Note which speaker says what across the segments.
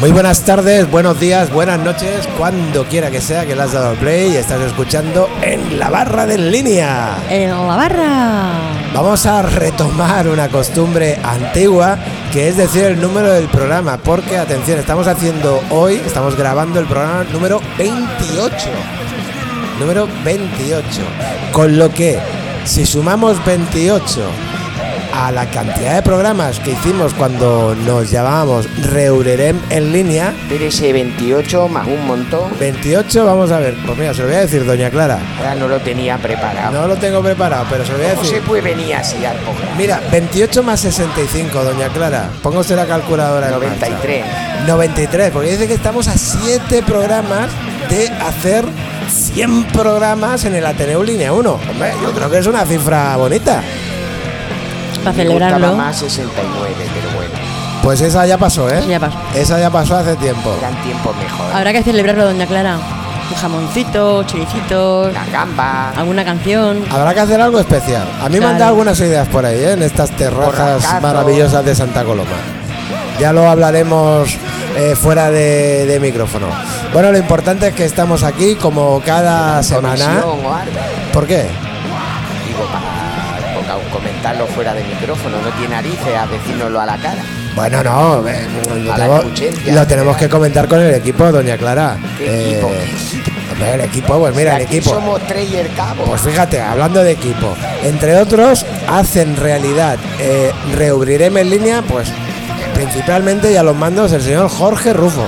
Speaker 1: Muy buenas tardes, buenos días, buenas noches, cuando quiera que sea que le has dado play y estás escuchando en la barra de en línea.
Speaker 2: En la barra.
Speaker 1: Vamos a retomar una costumbre antigua que es decir el número del programa, porque atención, estamos haciendo hoy, estamos grabando el programa número 28. Número 28. Con lo que, si sumamos 28 a la cantidad de programas que hicimos cuando nos llamábamos Reurerem en línea,
Speaker 3: Pero ese 28 más E un montón,
Speaker 1: 28, vamos a ver, pues mira, se lo voy a decir, doña Clara.
Speaker 3: ahora no lo tenía preparado.
Speaker 1: No lo tengo preparado, pero se lo voy a
Speaker 3: ¿Cómo se
Speaker 1: decir.
Speaker 3: puede venir así al programa?
Speaker 1: Mira, 28 más 65, doña Clara. Póngase la calculadora. en marcha.
Speaker 3: 93.
Speaker 1: 93, porque dice que estamos a 7 programas de hacer 100 programas en el Ateneo Línea 1. Hombre, yo creo que es una cifra bonita.
Speaker 2: Para
Speaker 3: Me gustaba
Speaker 2: celebrarlo.
Speaker 3: más 69, pero bueno,
Speaker 1: Pues esa ya pasó, ¿eh?
Speaker 2: Esa ya pasó.
Speaker 1: Esa ya pasó hace tiempo.
Speaker 3: eran tiempos mejores.
Speaker 2: Habrá que celebrarlo, doña Clara. Un jamoncito, choricitos,
Speaker 3: La gamba,
Speaker 2: alguna canción.
Speaker 1: Habrá que hacer algo especial. A mí me han
Speaker 2: Claro.
Speaker 1: dado algunas ideas por ahí, ¿eh? en estas terrazas
Speaker 3: Borracazo.
Speaker 1: maravillosas de Santa Coloma. Ya lo hablaremos eh, fuera de, de micrófono. Bueno, lo importante es que estamos aquí como cada semana.
Speaker 3: conexión o algo.
Speaker 1: ¿Por qué?
Speaker 3: Digo, para para comentarlo fuera de micrófono, no tiene narices a decírnoslo a la cara.
Speaker 1: Bueno, no, eh, lo,
Speaker 3: A la
Speaker 1: tenemos,
Speaker 3: escuchencia.
Speaker 1: lo tenemos que comentar con el equipo, doña Clara.
Speaker 3: ¿Qué equipo?
Speaker 1: hombre, el equipo, pues mira,
Speaker 3: Si
Speaker 1: el
Speaker 3: aquí
Speaker 1: equipo.
Speaker 3: somos tres y el cabo.
Speaker 1: Pues fíjate, hablando de equipo, entre otros, hacen realidad eh, Reubrirem en línea, pues principalmente y a los mandos el señor Jorge Rufo.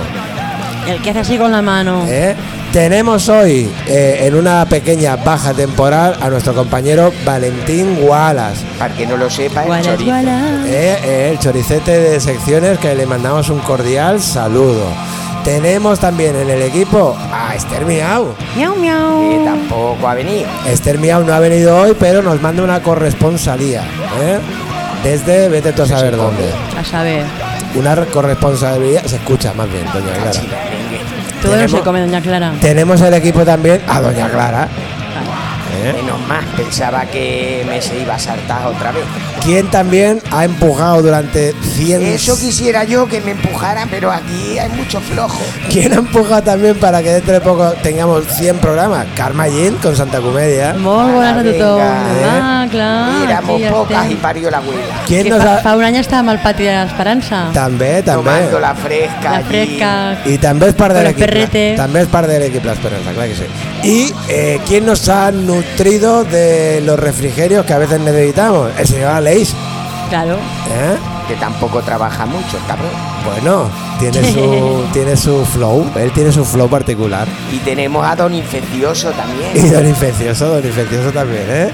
Speaker 2: El que hace así con la mano.
Speaker 1: ¿eh? Tenemos hoy eh, en una pequeña baja temporal a nuestro compañero Valentín Wallace,
Speaker 3: Para que no lo sepa, el
Speaker 2: Gualas,
Speaker 3: chorizo.
Speaker 2: gualas.
Speaker 1: ¿eh? Eh, el choricete de secciones que le mandamos un cordial saludo. Tenemos también en el equipo a Esther Miau.
Speaker 2: Miau,
Speaker 3: Que
Speaker 2: miau.
Speaker 3: tampoco ha venido.
Speaker 1: Esther Miau no ha venido hoy, pero nos manda una corresponsalía. ¿eh? Desde vete tú a saber dónde.
Speaker 2: A saber.
Speaker 1: Una corresponsabilidad. Se escucha más bien, doña Clara.
Speaker 3: Cachivalengue.
Speaker 2: Todo no se
Speaker 1: Tenemos-
Speaker 2: come, doña Clara.
Speaker 1: Tenemos el equipo también a doña Clara. ¿eh?
Speaker 3: Menos más, pensaba que me se iba a saltar otra vez.
Speaker 1: Quien también ha empujado durante 100.
Speaker 3: Eso quisiera Eh, yo que me empujaran, pero aquí hay mucho flojo.
Speaker 1: ¿Quién ha empujado también para que dentro de poco tengamos 100 programas? Karma Jean con Santa Comedia.
Speaker 2: Muy buenas
Speaker 3: Ala,
Speaker 2: a todos.
Speaker 3: venga, ¿eh?
Speaker 2: Ah, clar.
Speaker 3: Éramos
Speaker 2: aquí ja
Speaker 3: pocas y
Speaker 2: estem.
Speaker 3: parió la abuela.
Speaker 1: ¿Quién
Speaker 2: Que
Speaker 1: nos
Speaker 2: fa,
Speaker 1: ha.?
Speaker 2: fa un any estàvem al pati de l'Esperança.
Speaker 1: También, también.
Speaker 3: Tomando la fresca.
Speaker 2: La
Speaker 3: allí.
Speaker 2: fresca.
Speaker 1: Y también es par del
Speaker 2: Con el
Speaker 1: equipo.
Speaker 2: perrete.
Speaker 1: También es par del equipo, la esperanza, claro que sí. Y eh, ¿quién nos ha nutrido de los refrigerios que a veces necesitamos? El señor Aleix.
Speaker 2: Claro.
Speaker 1: ¿eh?
Speaker 3: Que tampoco trabaja mucho, cabrón.
Speaker 1: Bueno, tiene su, tiene su flow, él tiene su flow particular.
Speaker 3: Y tenemos a Don Infeccioso
Speaker 1: Y
Speaker 3: también.
Speaker 1: don infeccioso, don infeccioso también, ¿eh?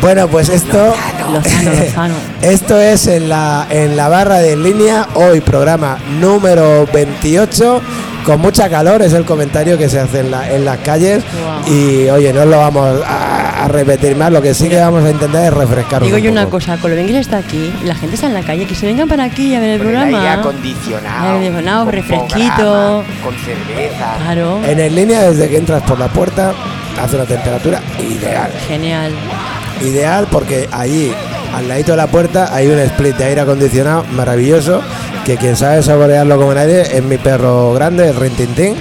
Speaker 1: Bueno, pues esto.
Speaker 2: Lozano, Lozano.
Speaker 1: Esto es en la, en la barra de en línea, hoy programa número 28, con mucha calor, es el comentario que se hace en, la- en las calles.
Speaker 2: Wow.
Speaker 1: Y oye, no lo vamos a, a repetir más, lo que sí que vamos a intentar es refrescar
Speaker 2: Digo yo una cosa, con lo bien que está aquí, la gente está en la calle, que se vengan para aquí a ver el
Speaker 3: Con el aire
Speaker 2: programa.
Speaker 3: acondicionado.
Speaker 2: Aire acondicionado,
Speaker 3: con
Speaker 2: refresquito.
Speaker 3: programa, con cerveza.
Speaker 2: Claro,
Speaker 1: En en línea, desde que entras por la puerta, hace una temperatura ideal.
Speaker 2: genial.
Speaker 1: Ideal porque allí, al ladito de la puerta, hay un split de aire acondicionado maravilloso, que quien sabe saborearlo como nadie es mi perro grande, el Rintintín,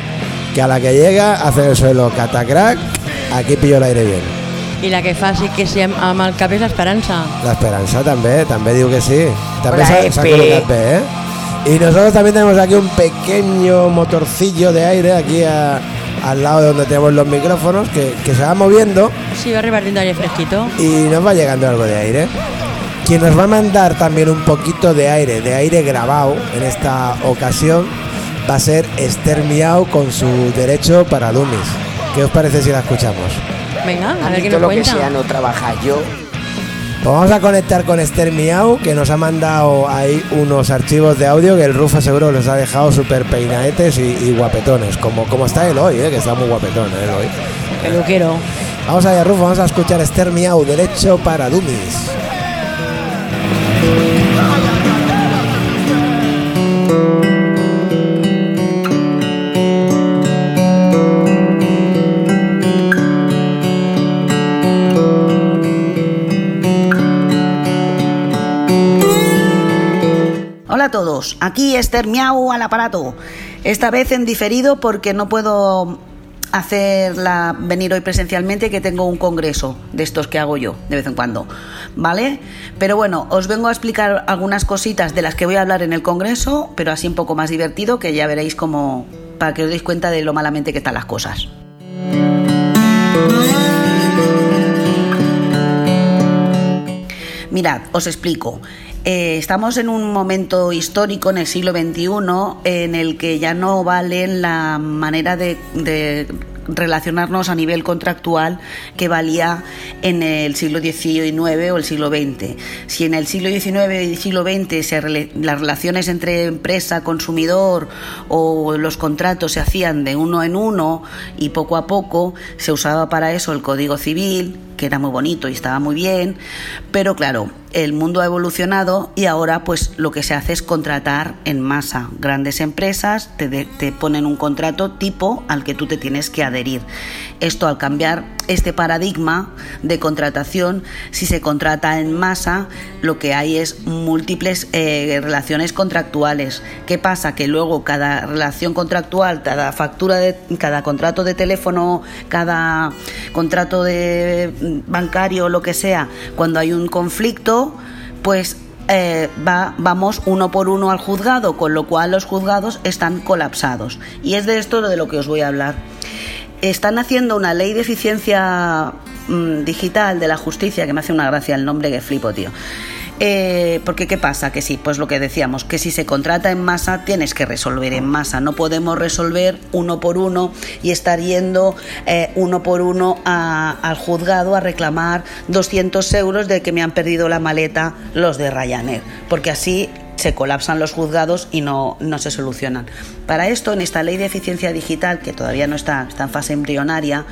Speaker 1: que a la que llega hace el suelo catacrack, aquí pillo el aire bien.
Speaker 2: I la que fa sí que sí amb, amb el cap és l'esperança.
Speaker 1: La esperanza también, también digo que sí. También
Speaker 3: Hola,
Speaker 1: se, se ha
Speaker 3: Epi.
Speaker 1: colocado P, ¿eh? Y nosotros también tenemos aquí un pequeño motorcillo de aire aquí a- al lado de donde tenemos los micrófonos que, que se va moviendo
Speaker 2: Sí, va repartiendo aire fresquito.
Speaker 1: y nos va llegando algo de aire. Quien nos va a mandar también un poquito de aire, de aire grabado en esta ocasión, va a ser Esther Miau con su derecho para Dummies. ¿Qué os parece si la escuchamos?
Speaker 2: Venga, a
Speaker 3: A
Speaker 2: ver
Speaker 3: mí
Speaker 2: qué
Speaker 3: todo
Speaker 2: nos
Speaker 3: lo que sea
Speaker 2: cuenta.
Speaker 3: no trabaja yo.
Speaker 1: Pues vamos a conectar con Esther Miau, que nos ha mandado ahí unos archivos de audio que el Rufo seguro los ha dejado súper peinadetes y, y guapetones, como, como está él hoy, ¿eh? que está muy guapetón él hoy.
Speaker 2: Peluquero.
Speaker 1: Vamos allá, Rufo, vamos a escuchar Esther Miau, Derecho para Dummies.
Speaker 4: Hola a todos. todos. Aquí Esther Miau al aparato. Esta vez en diferido porque no puedo hacerla venir hoy presencialmente que tengo un congreso de estos que hago yo de vez en cuando, ¿vale? Pero bueno, os vengo a explicar algunas cositas de las que voy a hablar en el congreso, pero así un poco más divertido que ya veréis como para que os deis cuenta de lo malamente que están las cosas. Mirad, os explico. Eh, estamos en un momento histórico en el siglo XXI en el que ya no vale la manera de, de relacionarnos a nivel contractual que valía en el siglo XIX o el siglo XX. Si en el siglo XIX y siglo XX se rele- las relaciones entre empresa, consumidor o los contratos se hacían de uno en uno y poco a poco se usaba para eso el Código Civil, que era muy bonito y estaba muy bien, pero claro, el mundo ha evolucionado y ahora pues lo que se hace es contratar en masa. Grandes empresas te, de- te ponen un contrato tipo al que tú te tienes que adherir. Esto al cambiar este paradigma de contratación, si se contrata en masa, lo que hay es múltiples eh, relaciones contractuales. ¿Qué pasa? Que luego cada relación contractual, cada factura de cada contrato de teléfono, cada contrato de mm, bancario, lo que sea, cuando hay un conflicto, pues eh, va, vamos uno por uno al juzgado, con lo cual los juzgados están colapsados. Y es de esto de lo que os voy a hablar. Están haciendo una ley de eficiencia mm, digital de la justicia, que me hace una gracia el nombre que flipo, tío. Eh, porque qué pasa que sí, pues lo que decíamos, que si se contrata en masa tienes que resolver en masa, no podemos resolver uno por uno y estar yendo eh, uno por uno a- al juzgado a reclamar 200 euros de que me han perdido la maleta los de Ryanair, porque así se colapsan los juzgados y no, no se solucionan. Para esto, en esta ley de eficiencia digital, que todavía no está, está en fase embrionaria,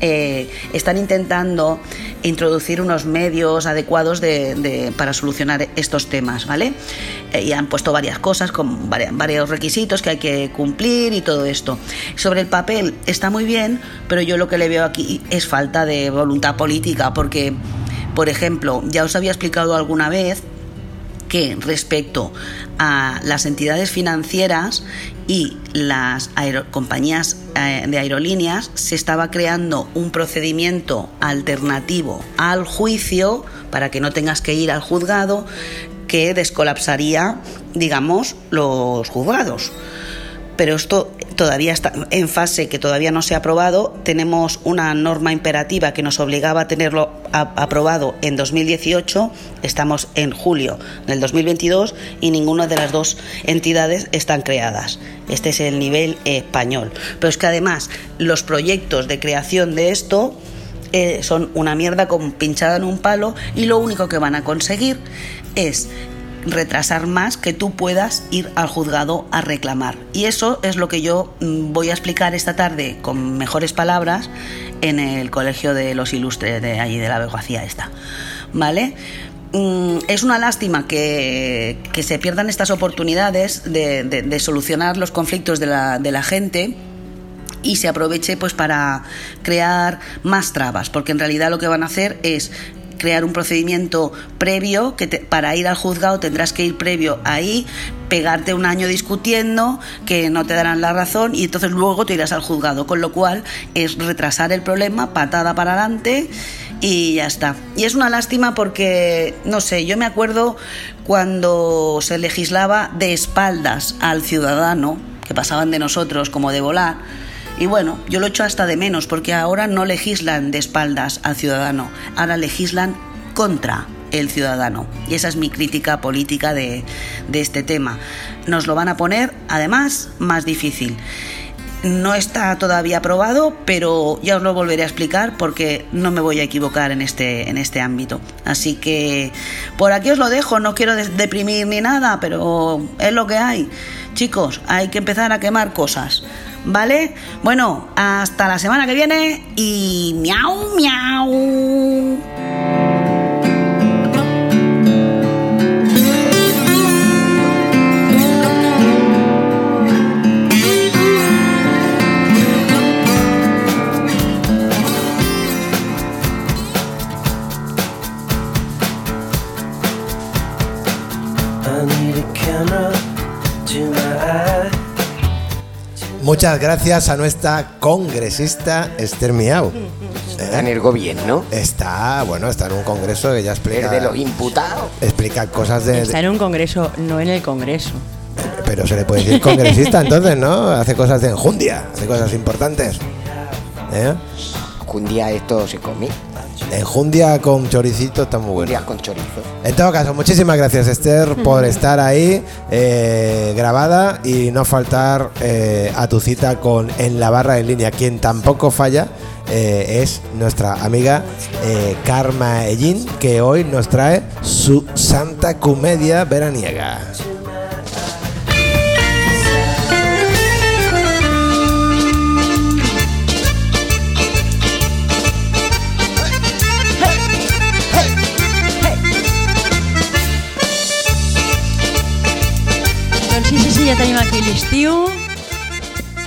Speaker 4: eh, están intentando introducir unos medios adecuados de- de- para solucionar estos temas, ¿vale? Eh, y han puesto varias cosas, con vari- varios requisitos que hay que cumplir y todo esto. Sobre el papel está muy bien, pero yo lo que le veo aquí es falta de voluntad política, porque, por ejemplo, ya os había explicado alguna vez que respecto a las entidades financieras y las aero- compañías eh, de aerolíneas se estaba creando un procedimiento alternativo al juicio para que no tengas que ir al juzgado que descolapsaría, digamos, los juzgados pero esto todavía está en fase que todavía no se ha aprobado. Tenemos una norma imperativa que nos obligaba a tenerlo a- aprobado en 2018. Estamos en julio del 2022 y ninguna de las dos entidades están creadas. Este es el nivel eh, español. Pero es que además los proyectos de creación de esto eh, son una mierda con pinchada en un palo y lo único que van a conseguir es retrasar más que tú puedas ir al juzgado a reclamar. Y eso es lo que yo mm, voy a explicar esta tarde con mejores palabras en el Colegio de los Ilustres de allí de la abogacía esta. ¿Vale? Mm, Es una lástima que, que se pierdan estas oportunidades de, de- de solucionar los conflictos de la, de la gente y se aproveche pues para crear más trabas, porque en realidad lo que van a hacer es crear un procedimiento previo que te- para ir al juzgado tendrás que ir previo ahí, pegarte un año discutiendo que no te darán la razón y entonces luego te irás al juzgado, con lo cual es retrasar el problema patada para adelante y ya está. Y es una lástima porque no sé, yo me acuerdo cuando se legislaba de espaldas al ciudadano, que pasaban de nosotros como de volar, y bueno, yo lo echo hasta de menos porque ahora no legislan de espaldas al ciudadano, ahora legislan contra el ciudadano. Y esa es mi crítica política de, de este tema. Nos lo van a poner, además, más difícil. No está todavía aprobado, pero ya os lo volveré a explicar porque no me voy a equivocar en este, en este ámbito. Así que por aquí os lo dejo, no quiero des- deprimir ni nada, pero es lo que hay. Chicos, hay que empezar a quemar cosas, ¿vale? Bueno, hasta la semana que viene y miau, miau.
Speaker 5: I need a camera
Speaker 1: Muchas gracias a nuestra congresista Esther Miau.
Speaker 3: Está en el gobierno.
Speaker 1: Está, bueno, está en un congreso que ya
Speaker 3: El
Speaker 1: explica,
Speaker 3: de los imputados.
Speaker 1: explica cosas
Speaker 3: Eh,
Speaker 1: de,
Speaker 2: Está en un congreso, no en el congreso.
Speaker 1: Pero se le puede decir congresista entonces, ¿no? Hace cosas de enjundia, hace cosas importantes. ¿Eh?
Speaker 3: Un día esto se comí.
Speaker 1: Enjundia con choricito está muy
Speaker 3: Un
Speaker 1: bueno.
Speaker 3: día con chorizo.
Speaker 1: En todo caso, muchísimas gracias Esther por estar ahí eh, grabada y no faltar eh, a tu cita con En la barra en línea. Quien tampoco falla eh, es nuestra amiga eh, Karma Ellín, que hoy nos trae su Santa Comedia veraniega.
Speaker 2: Doncs sí, sí, sí, ja tenim aquí l'estiu.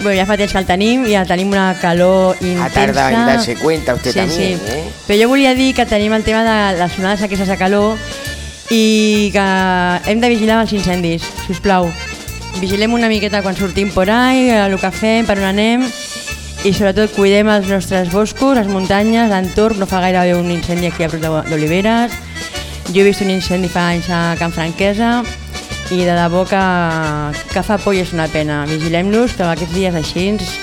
Speaker 2: Bé, ja fa temps que el tenim i ja tenim una calor intensa.
Speaker 3: Ha tardat en darse cuenta usted
Speaker 2: sí,
Speaker 3: también,
Speaker 2: sí.
Speaker 3: eh?
Speaker 2: Però jo volia dir que tenim el tema de les onades aquestes de calor i que hem de vigilar amb els incendis, si us plau. Vigilem una miqueta quan sortim por ahí, el que fem, per on anem i sobretot cuidem els nostres boscos, les muntanyes, l'entorn, no fa gaire bé un incendi aquí a prop de- d'Oliveres. Jo he vist un incendi fa anys a Can Franquesa i de debò que, que fa por i és una pena. Vigilem-los, que aquests dies així ens-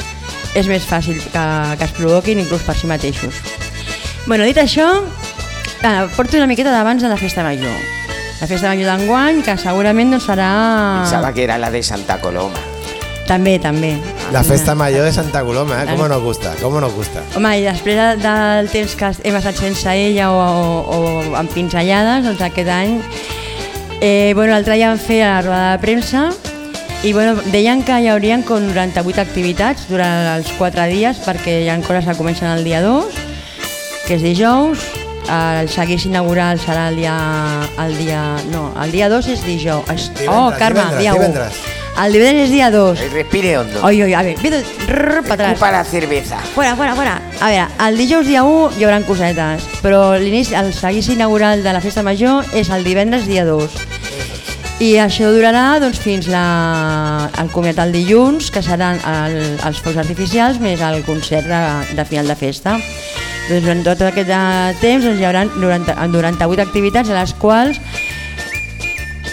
Speaker 2: és més fàcil que, que es provoquin inclús per si mateixos. Bueno, dit això, eh, porto una miqueta d'abans de la festa major. La festa major d'enguany, que segurament doncs, serà...
Speaker 3: Pensaba que era la de Santa Coloma.
Speaker 2: També, també.
Speaker 1: La festa mayor de Santa Coloma, ¿eh? ¿Cómo
Speaker 2: Claro.
Speaker 1: nos gusta? ¿Cómo nos gusta?
Speaker 2: Home, i després de- del temps que hem estat sense ella o, o, o amb pinzellades, doncs aquest any... Eh, bueno, L'altre dia vam fer la roda de premsa i bueno, deien que hi haurien com 98 activitats durant els 4 dies perquè hi ha coses que comencen el dia 2, que és dijous, el seguici inaugural serà el dia... El dia no, el dia 2 és dijous. És, oh,
Speaker 1: Divendres,
Speaker 2: Carme,
Speaker 1: divendres,
Speaker 2: dia 1.
Speaker 1: divendres.
Speaker 2: El divendres és dia 2.
Speaker 3: El respire hondo.
Speaker 2: Oi, oi, a veure, ve para atrás.
Speaker 3: Ocupa la cerveza.
Speaker 2: Fora, fora, fora. A veure, el dijous dia 1 hi haurà cosetes, però l'inici, el seguici inaugural de la festa major és el divendres dia 2. I això durarà doncs, fins la, el comiat el dilluns, que seran el, els focs artificials més el concert de, de final de festa. Doncs, durant tot aquest eh, temps doncs, hi haurà 90, 98 activitats, de les quals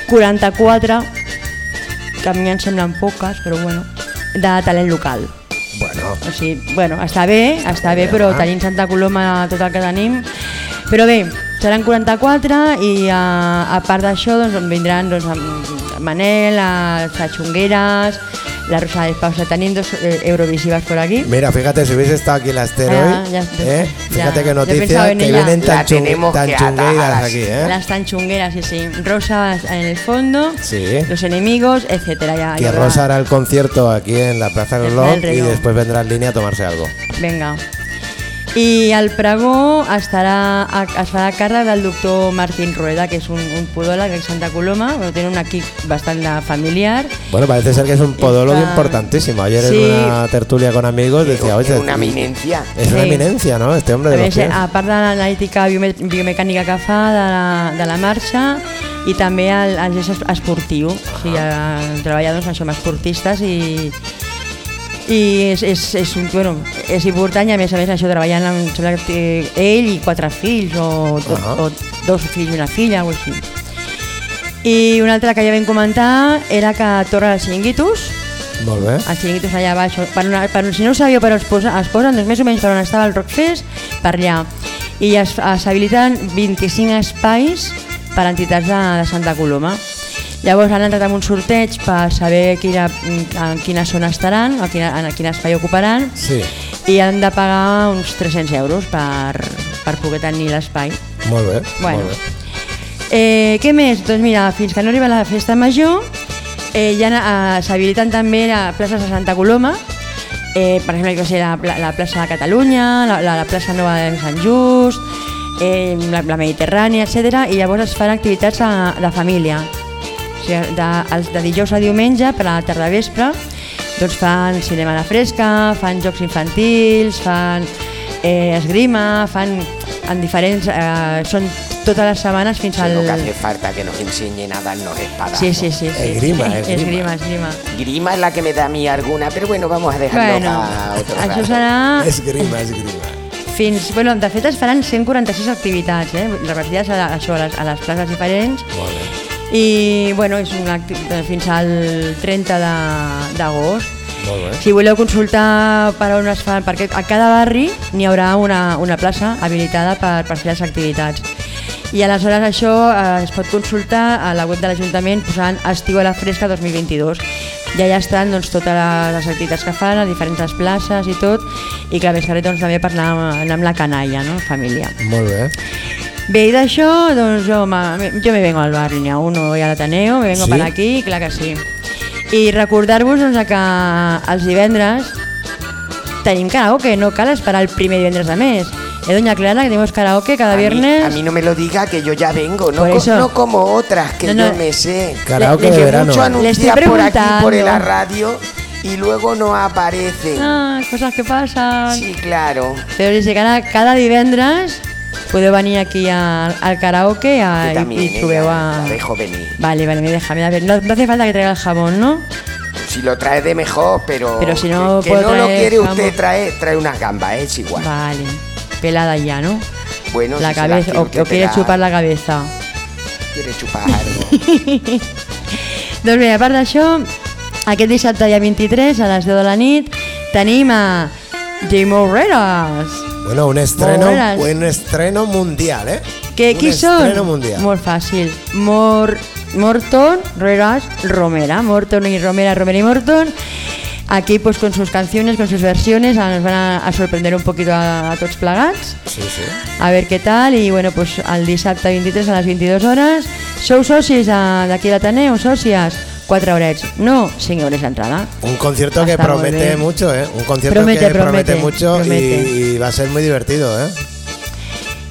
Speaker 2: 44, que a mi em semblen poques, però bueno, de talent local.
Speaker 1: Bueno,
Speaker 2: O sigui, bueno, està bé, està bé, però tenim Santa Coloma tot el que tenim. Però bé, seran 44 i a, a part d'això doncs, on vindran doncs, amb Manel, a Xachungueras, la Rosa de Pausa. Tenim dos eh, Eurovisives por aquí.
Speaker 1: Mira, fíjate, si hubiese estado aquí la Esther
Speaker 2: Ya,
Speaker 1: hoy,
Speaker 2: ya,
Speaker 1: ¿eh?
Speaker 2: ya.
Speaker 1: fíjate
Speaker 2: Yo
Speaker 1: qué noticias
Speaker 2: pensaba
Speaker 1: que
Speaker 2: en ella.
Speaker 1: vienen tan,
Speaker 3: La
Speaker 1: chungu-
Speaker 3: tenemos
Speaker 1: tan
Speaker 3: que
Speaker 1: chungueiras
Speaker 3: atadas.
Speaker 1: aquí, ¿eh?
Speaker 2: Las Tanchungueras, sí, sí. Rosa en el fondo,
Speaker 1: Sí.
Speaker 2: los enemigos, etcétera. Ya, ya
Speaker 1: Que
Speaker 2: habrá-
Speaker 1: Rosa hará el concierto aquí en la Plaza del
Speaker 2: Plaza
Speaker 1: Reloj
Speaker 2: del
Speaker 1: y
Speaker 2: Reloj.
Speaker 1: después vendrá en línea a tomarse algo.
Speaker 2: Vinga. I el pregó estarà, a- es farà a càrrec del doctor Martín Rueda, que és un, un podòleg de Santa Coloma, però té un equip bastant de familiar.
Speaker 1: Bueno, parece ser que es un podólogo
Speaker 2: Está-
Speaker 1: importantísimo. Ayer
Speaker 2: Sí.
Speaker 1: en una tertulia con amigos decía, oye,
Speaker 3: Es una eminencia.
Speaker 1: es una
Speaker 2: Sí.
Speaker 1: eminencia, ¿no? Este hombre
Speaker 2: A
Speaker 1: de los
Speaker 2: més,
Speaker 1: pies.
Speaker 2: a part de l'analítica biome biomecànica que fa de la, de la marxa i també el, el gest es- esportiu. O sigui, el treballa doncs, això, amb esportistes i, i és, és, és, un, bueno, és important i a més a més això treballant amb em sembla que té ell i quatre fills o, do,
Speaker 1: Ahà.
Speaker 2: o dos fills i una filla o així. I una altra que ja vam comentar era que torna als xiringuitos,
Speaker 1: Molt bé.
Speaker 2: els xiringuitos allà baix, per, una, per, si no ho sabíeu per on es posen, es posen doncs més o menys per on estava el Rockfest, per allà. I es, es habiliten 25 espais per a entitats de, de Santa Coloma. Llavors han entrat en un sorteig per saber quina, en quina zona estaran, a quina, en quin espai ocuparan,
Speaker 1: Sí,
Speaker 2: i han de pagar uns 300 euros per, per poder tenir l'espai.
Speaker 1: molt bé.
Speaker 2: Bueno.
Speaker 1: molt bé.
Speaker 2: Eh, què més? Doncs mira, fins que no arriba la festa major, eh, ja eh, s'habiliten també la plaça de Santa Coloma, eh, per exemple, jo sé, la, pla- la plaça de Catalunya, la, la, la plaça Nova de Sant Just, eh, la, la Mediterrània, etc. I llavors es fan activitats a, de família. O sigui, de, els, de dijous a diumenge per a la tarda vespre doncs fan cinema a la fresca, fan jocs infantils, fan eh, esgrima, fan en diferents... Eh, són totes les setmanes fins al...
Speaker 3: Lo que hace falta que nos enseñen a darnos espadas.
Speaker 2: Sí, sí, sí. sí.
Speaker 1: Esgrima,
Speaker 2: Sí,
Speaker 1: esgrima.
Speaker 2: Esgrima, esgrima.
Speaker 3: Grima es la que me da a mí alguna, pero bueno, vamos a dejarlo
Speaker 2: Bueno,
Speaker 3: para otro
Speaker 2: això
Speaker 3: rato.
Speaker 2: serà
Speaker 1: És grima, és grima.
Speaker 2: fins... Bueno, de fet es faran 146 activitats, eh? Repartides a, la- això, a, les, a les places diferents.
Speaker 1: Molt bé,
Speaker 2: I, bueno, és una acti- eh, fins al 30 de- d'agost.
Speaker 1: molt bé.
Speaker 2: Si voleu consultar per on es fan, perquè a cada barri n'hi haurà una, una plaça habilitada per, per fer les activitats. I aleshores això eh, es pot consultar a la web de l'Ajuntament posant Estiu a la Fresca 2022. I allà estan doncs, totes les activitats que fan, a diferents places i tot, i que a més que res, doncs, també per anar, anar amb la canalla, no? família.
Speaker 1: Molt bé.
Speaker 2: Bé, i d'això, doncs jo, ma, jo me vengo al barri, n'hi ha uno i a l'Ateneu, me vengo
Speaker 1: Sí?
Speaker 2: per aquí, i clar que sí. I recordar-vos doncs, que els divendres tenim karaoke, no cal esperar el primer divendres de mes. Eh, doña Clara, que tenemos karaoke cada
Speaker 3: A mí-
Speaker 2: viernes.
Speaker 3: a mí no me lo diga que yo ya vengo, no,
Speaker 2: Por
Speaker 3: co-
Speaker 2: eso.
Speaker 3: no como otras que
Speaker 2: No, no.
Speaker 3: yo me sé.
Speaker 1: Karaoke
Speaker 2: Le- le-
Speaker 1: de
Speaker 3: que
Speaker 1: verano.
Speaker 3: mucho
Speaker 2: Le estoy
Speaker 3: anuncia por aquí por
Speaker 2: preguntando.
Speaker 3: la radio y luego no aparece.
Speaker 2: Ah, coses que passen.
Speaker 3: Sí, claro.
Speaker 2: Però sí, cada, cada divendres podeu venir aquí a- al karaoke a,
Speaker 3: Yo también,
Speaker 2: i, i
Speaker 3: eh,
Speaker 2: trobeu a...
Speaker 3: la- la dejo venir.
Speaker 2: Vale, vale, me deja, me da- no, no hace falta que traiga el jabón, ¿no?
Speaker 3: Si lo trae de mejor, pero,
Speaker 2: Pero si no
Speaker 3: que, que
Speaker 2: puedo
Speaker 3: no lo
Speaker 2: traer,
Speaker 3: quiere
Speaker 2: vamos.
Speaker 3: usted trae, trae unas gambas, es igual.
Speaker 2: Vale, pelada ya, ¿no?
Speaker 3: Bueno,
Speaker 2: la
Speaker 3: si se las
Speaker 2: cabeza,
Speaker 3: quiere
Speaker 2: o,
Speaker 3: usted
Speaker 2: o quiere
Speaker 3: pegar,
Speaker 2: xupar la cabeza.
Speaker 3: Quiere chupar algo.
Speaker 2: Doncs bé, a part d'això, aquest dissabte dia 23, a les 10 de la nit, tenim a Jay Morreras.
Speaker 1: Bueno, un estreno,
Speaker 2: Molt bones.
Speaker 1: un estreno mundial, ¿eh?
Speaker 2: Que,
Speaker 1: un
Speaker 2: qui són?
Speaker 1: estreno mundial.
Speaker 2: Molt fàcil. Mor, Morton, Reras, Romera. Morton y Romera, Romera y Morton. Aquí pues con sus canciones, con sus versiones, nos van a, a sorprender un poquito a, a tots plegats.
Speaker 1: Sí, sí.
Speaker 2: a ver qué tal y bueno, pues al dissabte 23 a les 22 hores sou socis a- d'aquí a l'Ateneu, sòcies 4 horets, no 5 euros d'entrada
Speaker 1: Un concierto que
Speaker 2: Hasta
Speaker 1: promete
Speaker 2: volver.
Speaker 1: mucho, ¿eh? Un concierto
Speaker 2: Promete,
Speaker 1: que promete,
Speaker 2: promete,
Speaker 1: mucho y-
Speaker 2: promete.
Speaker 1: Y, va a ser muy divertido, ¿eh?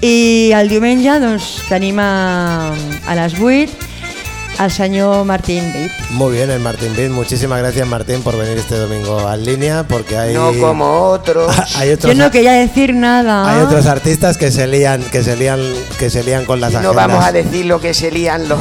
Speaker 2: i el diumenge doncs tenim a, a les 8 el senyor Martín Bit
Speaker 1: Muy bien, el Martín Bid. Muchísimas gracias, Martín, por venir este domingo en línea, porque hay.
Speaker 3: No como otros.
Speaker 1: hay
Speaker 2: yo
Speaker 1: otros,
Speaker 2: no quería decir nada
Speaker 1: hay otros artistas que se lían, que se lían, que se lían con las
Speaker 3: Y no
Speaker 1: agendas.
Speaker 3: vamos a decir lo que se lían los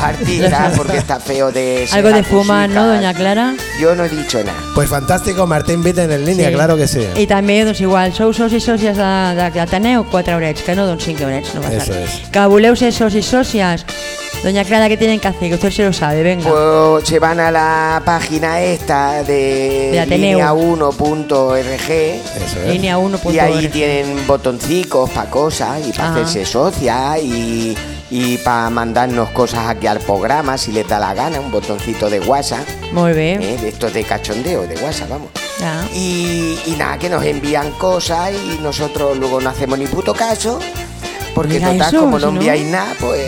Speaker 3: artistas porque está feo de...
Speaker 2: algo de
Speaker 3: ser
Speaker 2: fuma, ¿no,
Speaker 3: acusicas.
Speaker 2: doña Clara?
Speaker 3: Yo no he dicho nada.
Speaker 1: Pues fantástico, Martín Bid en el línea,
Speaker 2: Sí.
Speaker 1: claro que sí.
Speaker 2: I també, doncs igual, sou socis sòcies de, de l'Ateneu, 4 horets, que no, doncs 5 horets, no passa
Speaker 1: Eso
Speaker 2: res.
Speaker 1: es.
Speaker 2: Que voleu ser socis sòcies, doña Clara, ¿qué tienen que hacer? Que usted se lo sabe, venga.
Speaker 3: Pues se van a la página esta de,
Speaker 2: De Ateneo.
Speaker 3: linea1.org
Speaker 1: Eso es.
Speaker 2: Línea 1.org.
Speaker 3: ¿Eh? y ahí tienen botoncicos para cosas y para
Speaker 2: Ajá.
Speaker 3: hacerse socia y, y para mandarnos cosas aquí al programa si les da la gana, un botoncito de WhatsApp,
Speaker 2: Molt bé.
Speaker 3: ¿eh? de estos de cachondeo, de WhatsApp, vamos.
Speaker 2: Ja.
Speaker 3: Y, y nada, que nos envían cosas y nosotros luego no hacemos ni puto caso, porque
Speaker 2: Mira
Speaker 3: total,
Speaker 2: eso,
Speaker 3: como
Speaker 2: si
Speaker 3: no
Speaker 2: no-
Speaker 3: enviáis nada, pues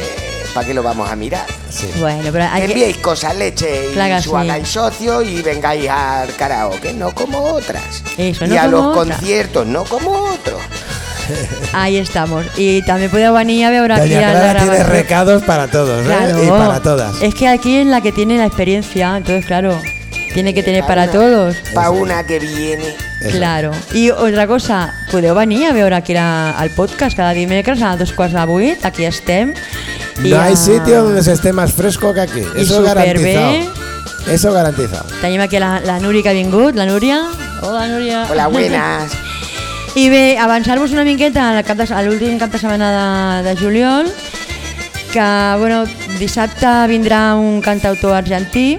Speaker 3: ¿para qué lo vamos a mirar?
Speaker 1: Sí.
Speaker 2: Bueno, pero hay que...
Speaker 3: Enviéis cosas, leche,
Speaker 2: Claro que
Speaker 3: y
Speaker 2: sí.
Speaker 3: su hagáis socio y vengáis al karaoke, no como otras.
Speaker 2: Eso,
Speaker 3: y
Speaker 2: no
Speaker 3: a
Speaker 2: como
Speaker 3: los
Speaker 2: otras.
Speaker 3: conciertos, no como otros.
Speaker 2: ahí estamos. Y también podeu venir a veure aquí
Speaker 1: Doña
Speaker 2: a la
Speaker 1: Clara tiene
Speaker 2: grabación.
Speaker 1: recados para todos, ¿eh?
Speaker 2: Claro.
Speaker 1: Y para todas.
Speaker 2: Es que aquí es la que tiene la experiencia, entonces claro, tiene que tener para
Speaker 3: una-
Speaker 2: todos.
Speaker 3: Para una que viene.
Speaker 1: Eso.
Speaker 2: Claro. I otra cosa, podeu venir a veure aquí la, al podcast cada dimecres a dos quarts de vuit, aquí estem. I
Speaker 1: No hay
Speaker 2: a-
Speaker 1: sitio donde se esté más fresco que aquí.
Speaker 2: Y
Speaker 1: Eso
Speaker 2: súper
Speaker 1: garantizado.
Speaker 2: bien.
Speaker 1: Eso garantizado.
Speaker 2: Tenim aquí la, la Núria que ha vingut, la Núria. Hola, Núria.
Speaker 3: Hola, buenas.
Speaker 2: I bé, avançar-vos una miqueta al cap de- a l'últim cap de setmana de, de juliol, que bueno, dissabte vindrà un cantautor argentí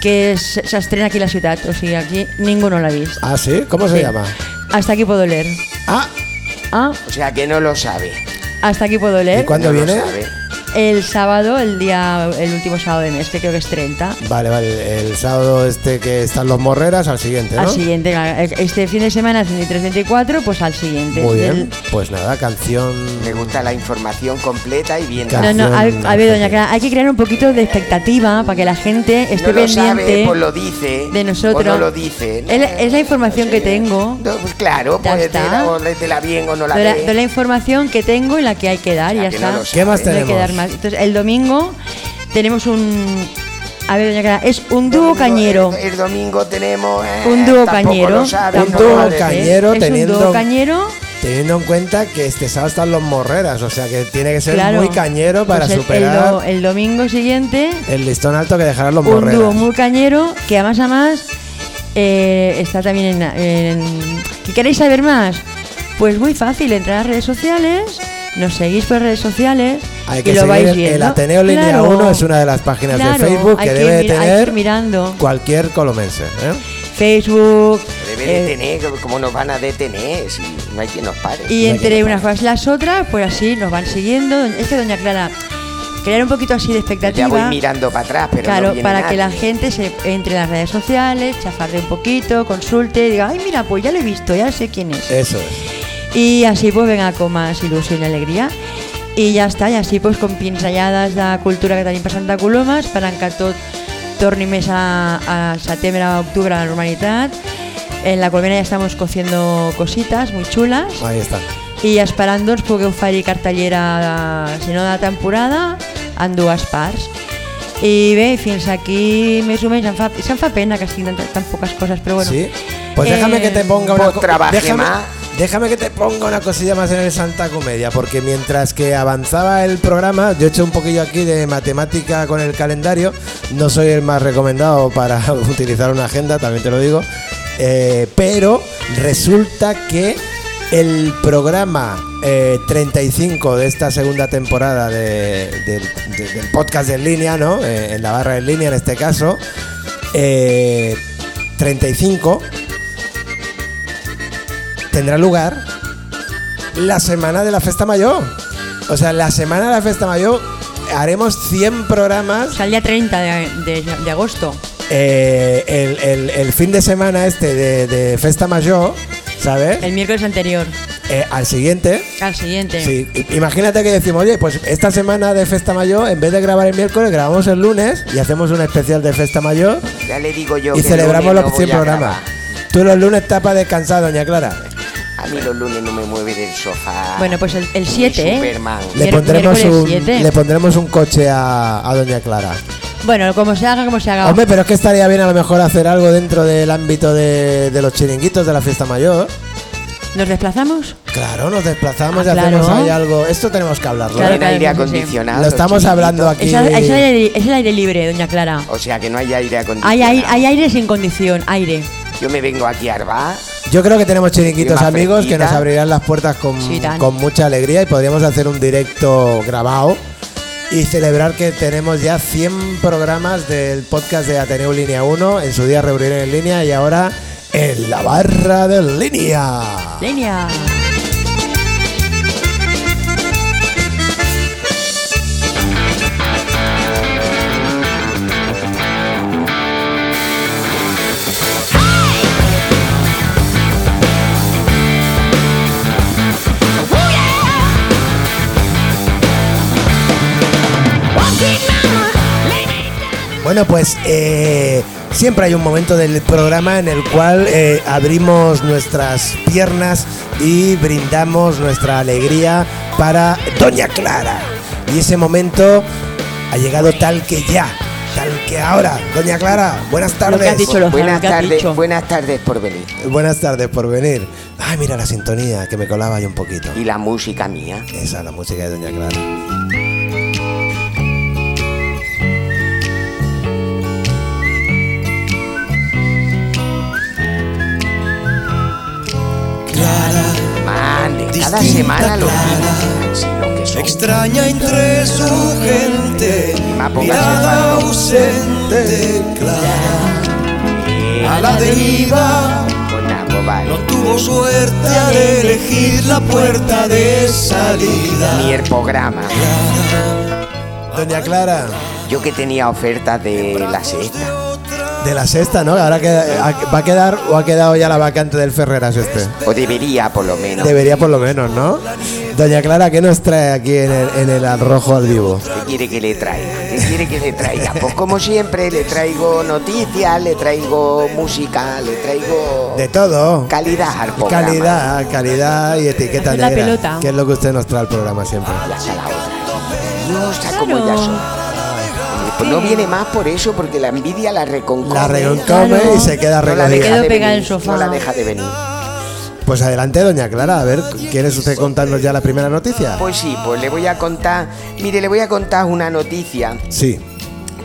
Speaker 2: que s- s'estrena aquí a la ciutat, o sigui, aquí ningú no l'ha vist.
Speaker 1: ¿Ah, sí? ¿Cómo se llama?
Speaker 2: Hasta aquí puedo leer.
Speaker 1: Ah,
Speaker 2: Ah,
Speaker 3: O sea que no lo sabe.
Speaker 2: hasta aquí puedo
Speaker 1: ¿y
Speaker 2: leer.
Speaker 1: cuándo
Speaker 3: no lo
Speaker 1: viene?
Speaker 3: sabe.
Speaker 2: El sábado, el día, el último sábado de mes, que creo que es 30.
Speaker 1: Vale, vale. El sábado este que están los morreras al siguiente, ¿no?
Speaker 2: Al siguiente, este fin de semana es 23-24, pues al siguiente.
Speaker 1: Muy bien.
Speaker 2: Del-
Speaker 1: Pues nada, canción.
Speaker 3: Me gusta la información completa y bien.
Speaker 1: Claro.
Speaker 2: No, no, a, a ver, doña
Speaker 1: Argentina.
Speaker 2: Clara, hay que crear un poquito de expectativa para que la gente esté
Speaker 3: no lo
Speaker 2: pendiente
Speaker 3: sabe, pues lo dice.
Speaker 2: de nosotros.
Speaker 3: O no lo dice.
Speaker 2: Es la- es la información que tengo.
Speaker 3: No, pues claro,
Speaker 2: Ya
Speaker 3: pues
Speaker 2: está.
Speaker 3: te la, o le- te la bien o no la
Speaker 2: de, la,
Speaker 3: ve.
Speaker 2: de la información que tengo y la que hay que dar,
Speaker 3: O
Speaker 2: y
Speaker 3: sea,
Speaker 2: ya
Speaker 3: que
Speaker 2: está.
Speaker 3: no lo
Speaker 1: ¿Qué más
Speaker 2: No hay que dar
Speaker 1: tenemos?
Speaker 2: más. Entonces, el domingo tenemos un... A ver, doña Clara, es un dúo
Speaker 3: Domingo-
Speaker 2: cañero.
Speaker 3: El, el domingo tenemos. eh,
Speaker 2: Un dúo
Speaker 3: tampoco
Speaker 2: cañero.
Speaker 3: lo sabe,
Speaker 1: Un
Speaker 2: tampoco
Speaker 1: dúo
Speaker 2: lo
Speaker 3: lo
Speaker 2: sé.
Speaker 1: cañero
Speaker 2: Es un
Speaker 1: teniendo-
Speaker 2: dúo cañero
Speaker 1: Teniendo en cuenta que este sábado están los morreras, o sea que tiene que ser
Speaker 2: Claro.
Speaker 1: muy cañero para
Speaker 2: Pues el- el
Speaker 1: superar
Speaker 2: do- El, domingo siguiente,
Speaker 1: el, listón alto que dejarán los
Speaker 2: un
Speaker 1: morreras.
Speaker 2: dúo muy cañero que además a más eh, está también en, en- ¿Qué queréis saber más? Pues muy fácil, entrar a redes sociales, nos seguís por redes sociales
Speaker 1: Hay
Speaker 2: y
Speaker 1: que
Speaker 2: lo
Speaker 1: seguir
Speaker 2: vais
Speaker 1: el-
Speaker 2: viendo.
Speaker 1: el Ateneo Línea
Speaker 2: Claro.
Speaker 1: 1 es una de las páginas
Speaker 2: Claro,
Speaker 1: de Facebook
Speaker 2: hay
Speaker 1: que debe
Speaker 2: ir- hay que ir
Speaker 1: tener
Speaker 2: mirando
Speaker 1: cualquier colomense. ¿eh?
Speaker 2: Facebook.
Speaker 3: Debe
Speaker 2: eh,
Speaker 3: detener, ¿cómo nos van a detener si no hay quien nos
Speaker 2: Y
Speaker 3: pare? No hay
Speaker 2: entre
Speaker 3: quien nos
Speaker 2: unas
Speaker 3: pare.
Speaker 2: cosas y las otras, pues así nos van siguiendo. Es que Doña Clara, crear un poquito así de expectativa.
Speaker 3: Ya voy mirando para atrás, pero
Speaker 2: claro,
Speaker 3: no viene
Speaker 2: para que la
Speaker 3: nadie.
Speaker 2: gente se entre en las redes sociales, chafarde un poquito, consulte, diga, ay, mira, pues ya lo he visto, ya sé quién es.
Speaker 1: Eso es.
Speaker 2: Y así pues venga con más ilusión y alegría. I ja està, i així pues, com pinzellades de cultura que tenim per Santa Coloma, esperant que tot torni més a, a setembre, a octubre a la normalitat. En la colmena ya estamos cociendo cositas muy chulas
Speaker 1: Ahí está.
Speaker 2: i esperant doncs, poder oferir cartellera, de, si no de temporada, en dues parts. I bé, fins aquí més o menys em fa, se'm fa pena que estiguin tan, tan poques coses, però bueno.
Speaker 1: Sí. Pues déjame que
Speaker 2: Eh,
Speaker 1: te ponga
Speaker 3: Pues
Speaker 1: una co-
Speaker 3: trabaje
Speaker 1: déjame,
Speaker 3: más.
Speaker 1: déjame que te ponga una cosilla más en el Santa Comedia, porque mientras que avanzaba el programa, yo he hecho un poquillo aquí de matemática con el calendario. No soy el más recomendado para utilizar una agenda, también te lo digo. Eh, pero resulta que el programa eh, 35 de esta segunda temporada de- del- de- del podcast en línea, ¿no? Eh, en la barra en línea en este caso, eh, 35 tendrá lugar la semana de la Festa Mayor. O sea, la semana de la Festa Mayor haremos 100
Speaker 2: O
Speaker 1: programas.
Speaker 2: sea, el día 30 de, de, de agosto.
Speaker 1: eh, el, el- el fin de semana este de, de Festa Mayor, ¿sabes?
Speaker 2: El miércoles anterior,
Speaker 1: Eh, al siguiente.
Speaker 2: al siguiente.
Speaker 1: Sí, i- imagínate que decimos, oye, pues esta semana de Festa Mayor, en vez de grabar el miércoles, grabamos el lunes y hacemos un especial de Festa Mayor
Speaker 3: Ya le digo yo
Speaker 1: y
Speaker 3: que el
Speaker 1: celebramos
Speaker 3: lunes
Speaker 1: los
Speaker 3: no
Speaker 1: 100
Speaker 3: voy a
Speaker 1: programas.
Speaker 3: grabar.
Speaker 1: Tú los lunes tapas descansada, doña Clara.
Speaker 3: A mí los lunes no me mueve del sofá.
Speaker 2: Bueno, pues el, el
Speaker 3: Ni
Speaker 2: 7, ¿eh?
Speaker 3: Superman.
Speaker 1: Le
Speaker 2: Mier-
Speaker 1: pondremos,
Speaker 2: miércoles
Speaker 1: un,
Speaker 2: 7.
Speaker 1: le pondremos un coche a, a Doña Clara.
Speaker 2: Bueno, como se haga, como se haga.
Speaker 1: Hombre, pero es que estaría bien a lo mejor hacer algo dentro del ámbito de, de los chiringuitos de la fiesta mayor.
Speaker 2: ¿Nos desplazamos?
Speaker 1: Claro, nos desplazamos
Speaker 2: Ah,
Speaker 1: y hacemos
Speaker 2: claro.
Speaker 1: ahí algo. Esto tenemos que hablarlo.
Speaker 2: Claro,
Speaker 1: ¿eh?
Speaker 3: no hay aire
Speaker 2: claro, sí, sí.
Speaker 3: acondicionado.
Speaker 1: Lo estamos
Speaker 3: chiquitito.
Speaker 1: hablando aquí.
Speaker 2: Es, al- es el aire, es el aire libre, doña Clara.
Speaker 3: O sea que no hay aire
Speaker 2: Hay,
Speaker 3: acondicionado.
Speaker 2: aire- hay aire sin condición, aire.
Speaker 3: Yo me vengo aquí a Arba.
Speaker 1: Yo creo que tenemos chiringuitos
Speaker 3: Clima
Speaker 1: amigos que
Speaker 3: fresquita.
Speaker 1: nos abrirán las puertas con,
Speaker 2: Sí, tan.
Speaker 1: con mucha alegría y podríamos hacer un directo grabado y celebrar que tenemos ya 100 programas del podcast de Ateneo Línea 1, en su día reunión en línea y ahora en la barra de línea.
Speaker 2: Lenia.
Speaker 1: Bueno, pues eh, siempre hay un momento del programa en el cual eh, abrimos nuestras piernas y brindamos nuestra alegría para Doña Clara. Y ese momento ha llegado tal que ya, tal que ahora. Doña Clara, buenas
Speaker 2: Lo que
Speaker 1: tardes.
Speaker 2: has dicho, Lozano,
Speaker 3: buenas
Speaker 2: ¿qué has dicho?
Speaker 3: tardes, buenas tardes por venir.
Speaker 1: Buenas tardes por venir. Ay, mira la sintonía que me colaba yo un poquito.
Speaker 3: Y la música mía.
Speaker 1: Esa es la música de Doña Clara.
Speaker 3: Man, de cada
Speaker 5: Distinta
Speaker 3: semana lo
Speaker 5: cara.
Speaker 3: mismo. Así lo que son.
Speaker 5: Extraña entre su gente,
Speaker 3: Ma, póngase
Speaker 5: mirada
Speaker 3: palo.
Speaker 5: ausente, clara, a la deriva.
Speaker 3: Con algo,
Speaker 5: No
Speaker 3: vale.
Speaker 5: tuvo suerte al elegir la puerta de
Speaker 3: Ni
Speaker 5: salida.
Speaker 3: el programa.
Speaker 1: Doña Clara,
Speaker 3: Yo que tenía ofertas de la sexta.
Speaker 1: de la sexta, ¿no? Ahora que, va a quedar o ha quedado ya la vacante del Ferreras este.
Speaker 3: O debería, por lo menos.
Speaker 1: Debería por lo menos, ¿no? Doña Clara, ¿qué nos trae aquí en el, en el al rojo al vivo?
Speaker 3: ¿Qué quiere que le traiga? ¿Qué quiere que le traiga? Pues como siempre, le traigo noticias, le traigo música, le traigo
Speaker 1: De todo.
Speaker 3: calidad al programa.
Speaker 1: Calidad, calidad y etiqueta
Speaker 2: Hacer la
Speaker 1: negra.
Speaker 2: pelota.
Speaker 1: Que es lo que usted nos trae al programa siempre.
Speaker 3: Y hasta la otra. Dios, está como ya
Speaker 2: Claro.
Speaker 3: son. Pues no viene más por eso, porque la envidia la reconcome.
Speaker 1: La reconcome
Speaker 2: Claro.
Speaker 1: y se queda
Speaker 3: No la deja
Speaker 1: recogida.
Speaker 2: Quedo
Speaker 3: de
Speaker 2: pegada
Speaker 3: venir,
Speaker 2: en el sofá.
Speaker 3: No la deja de venir.
Speaker 1: Pues adelante, doña Clara, a ver, ¿quiere usted contarnos ya la primera noticia?
Speaker 3: Pues sí, pues le voy a contar, mire, le voy a contar una noticia
Speaker 1: Sí.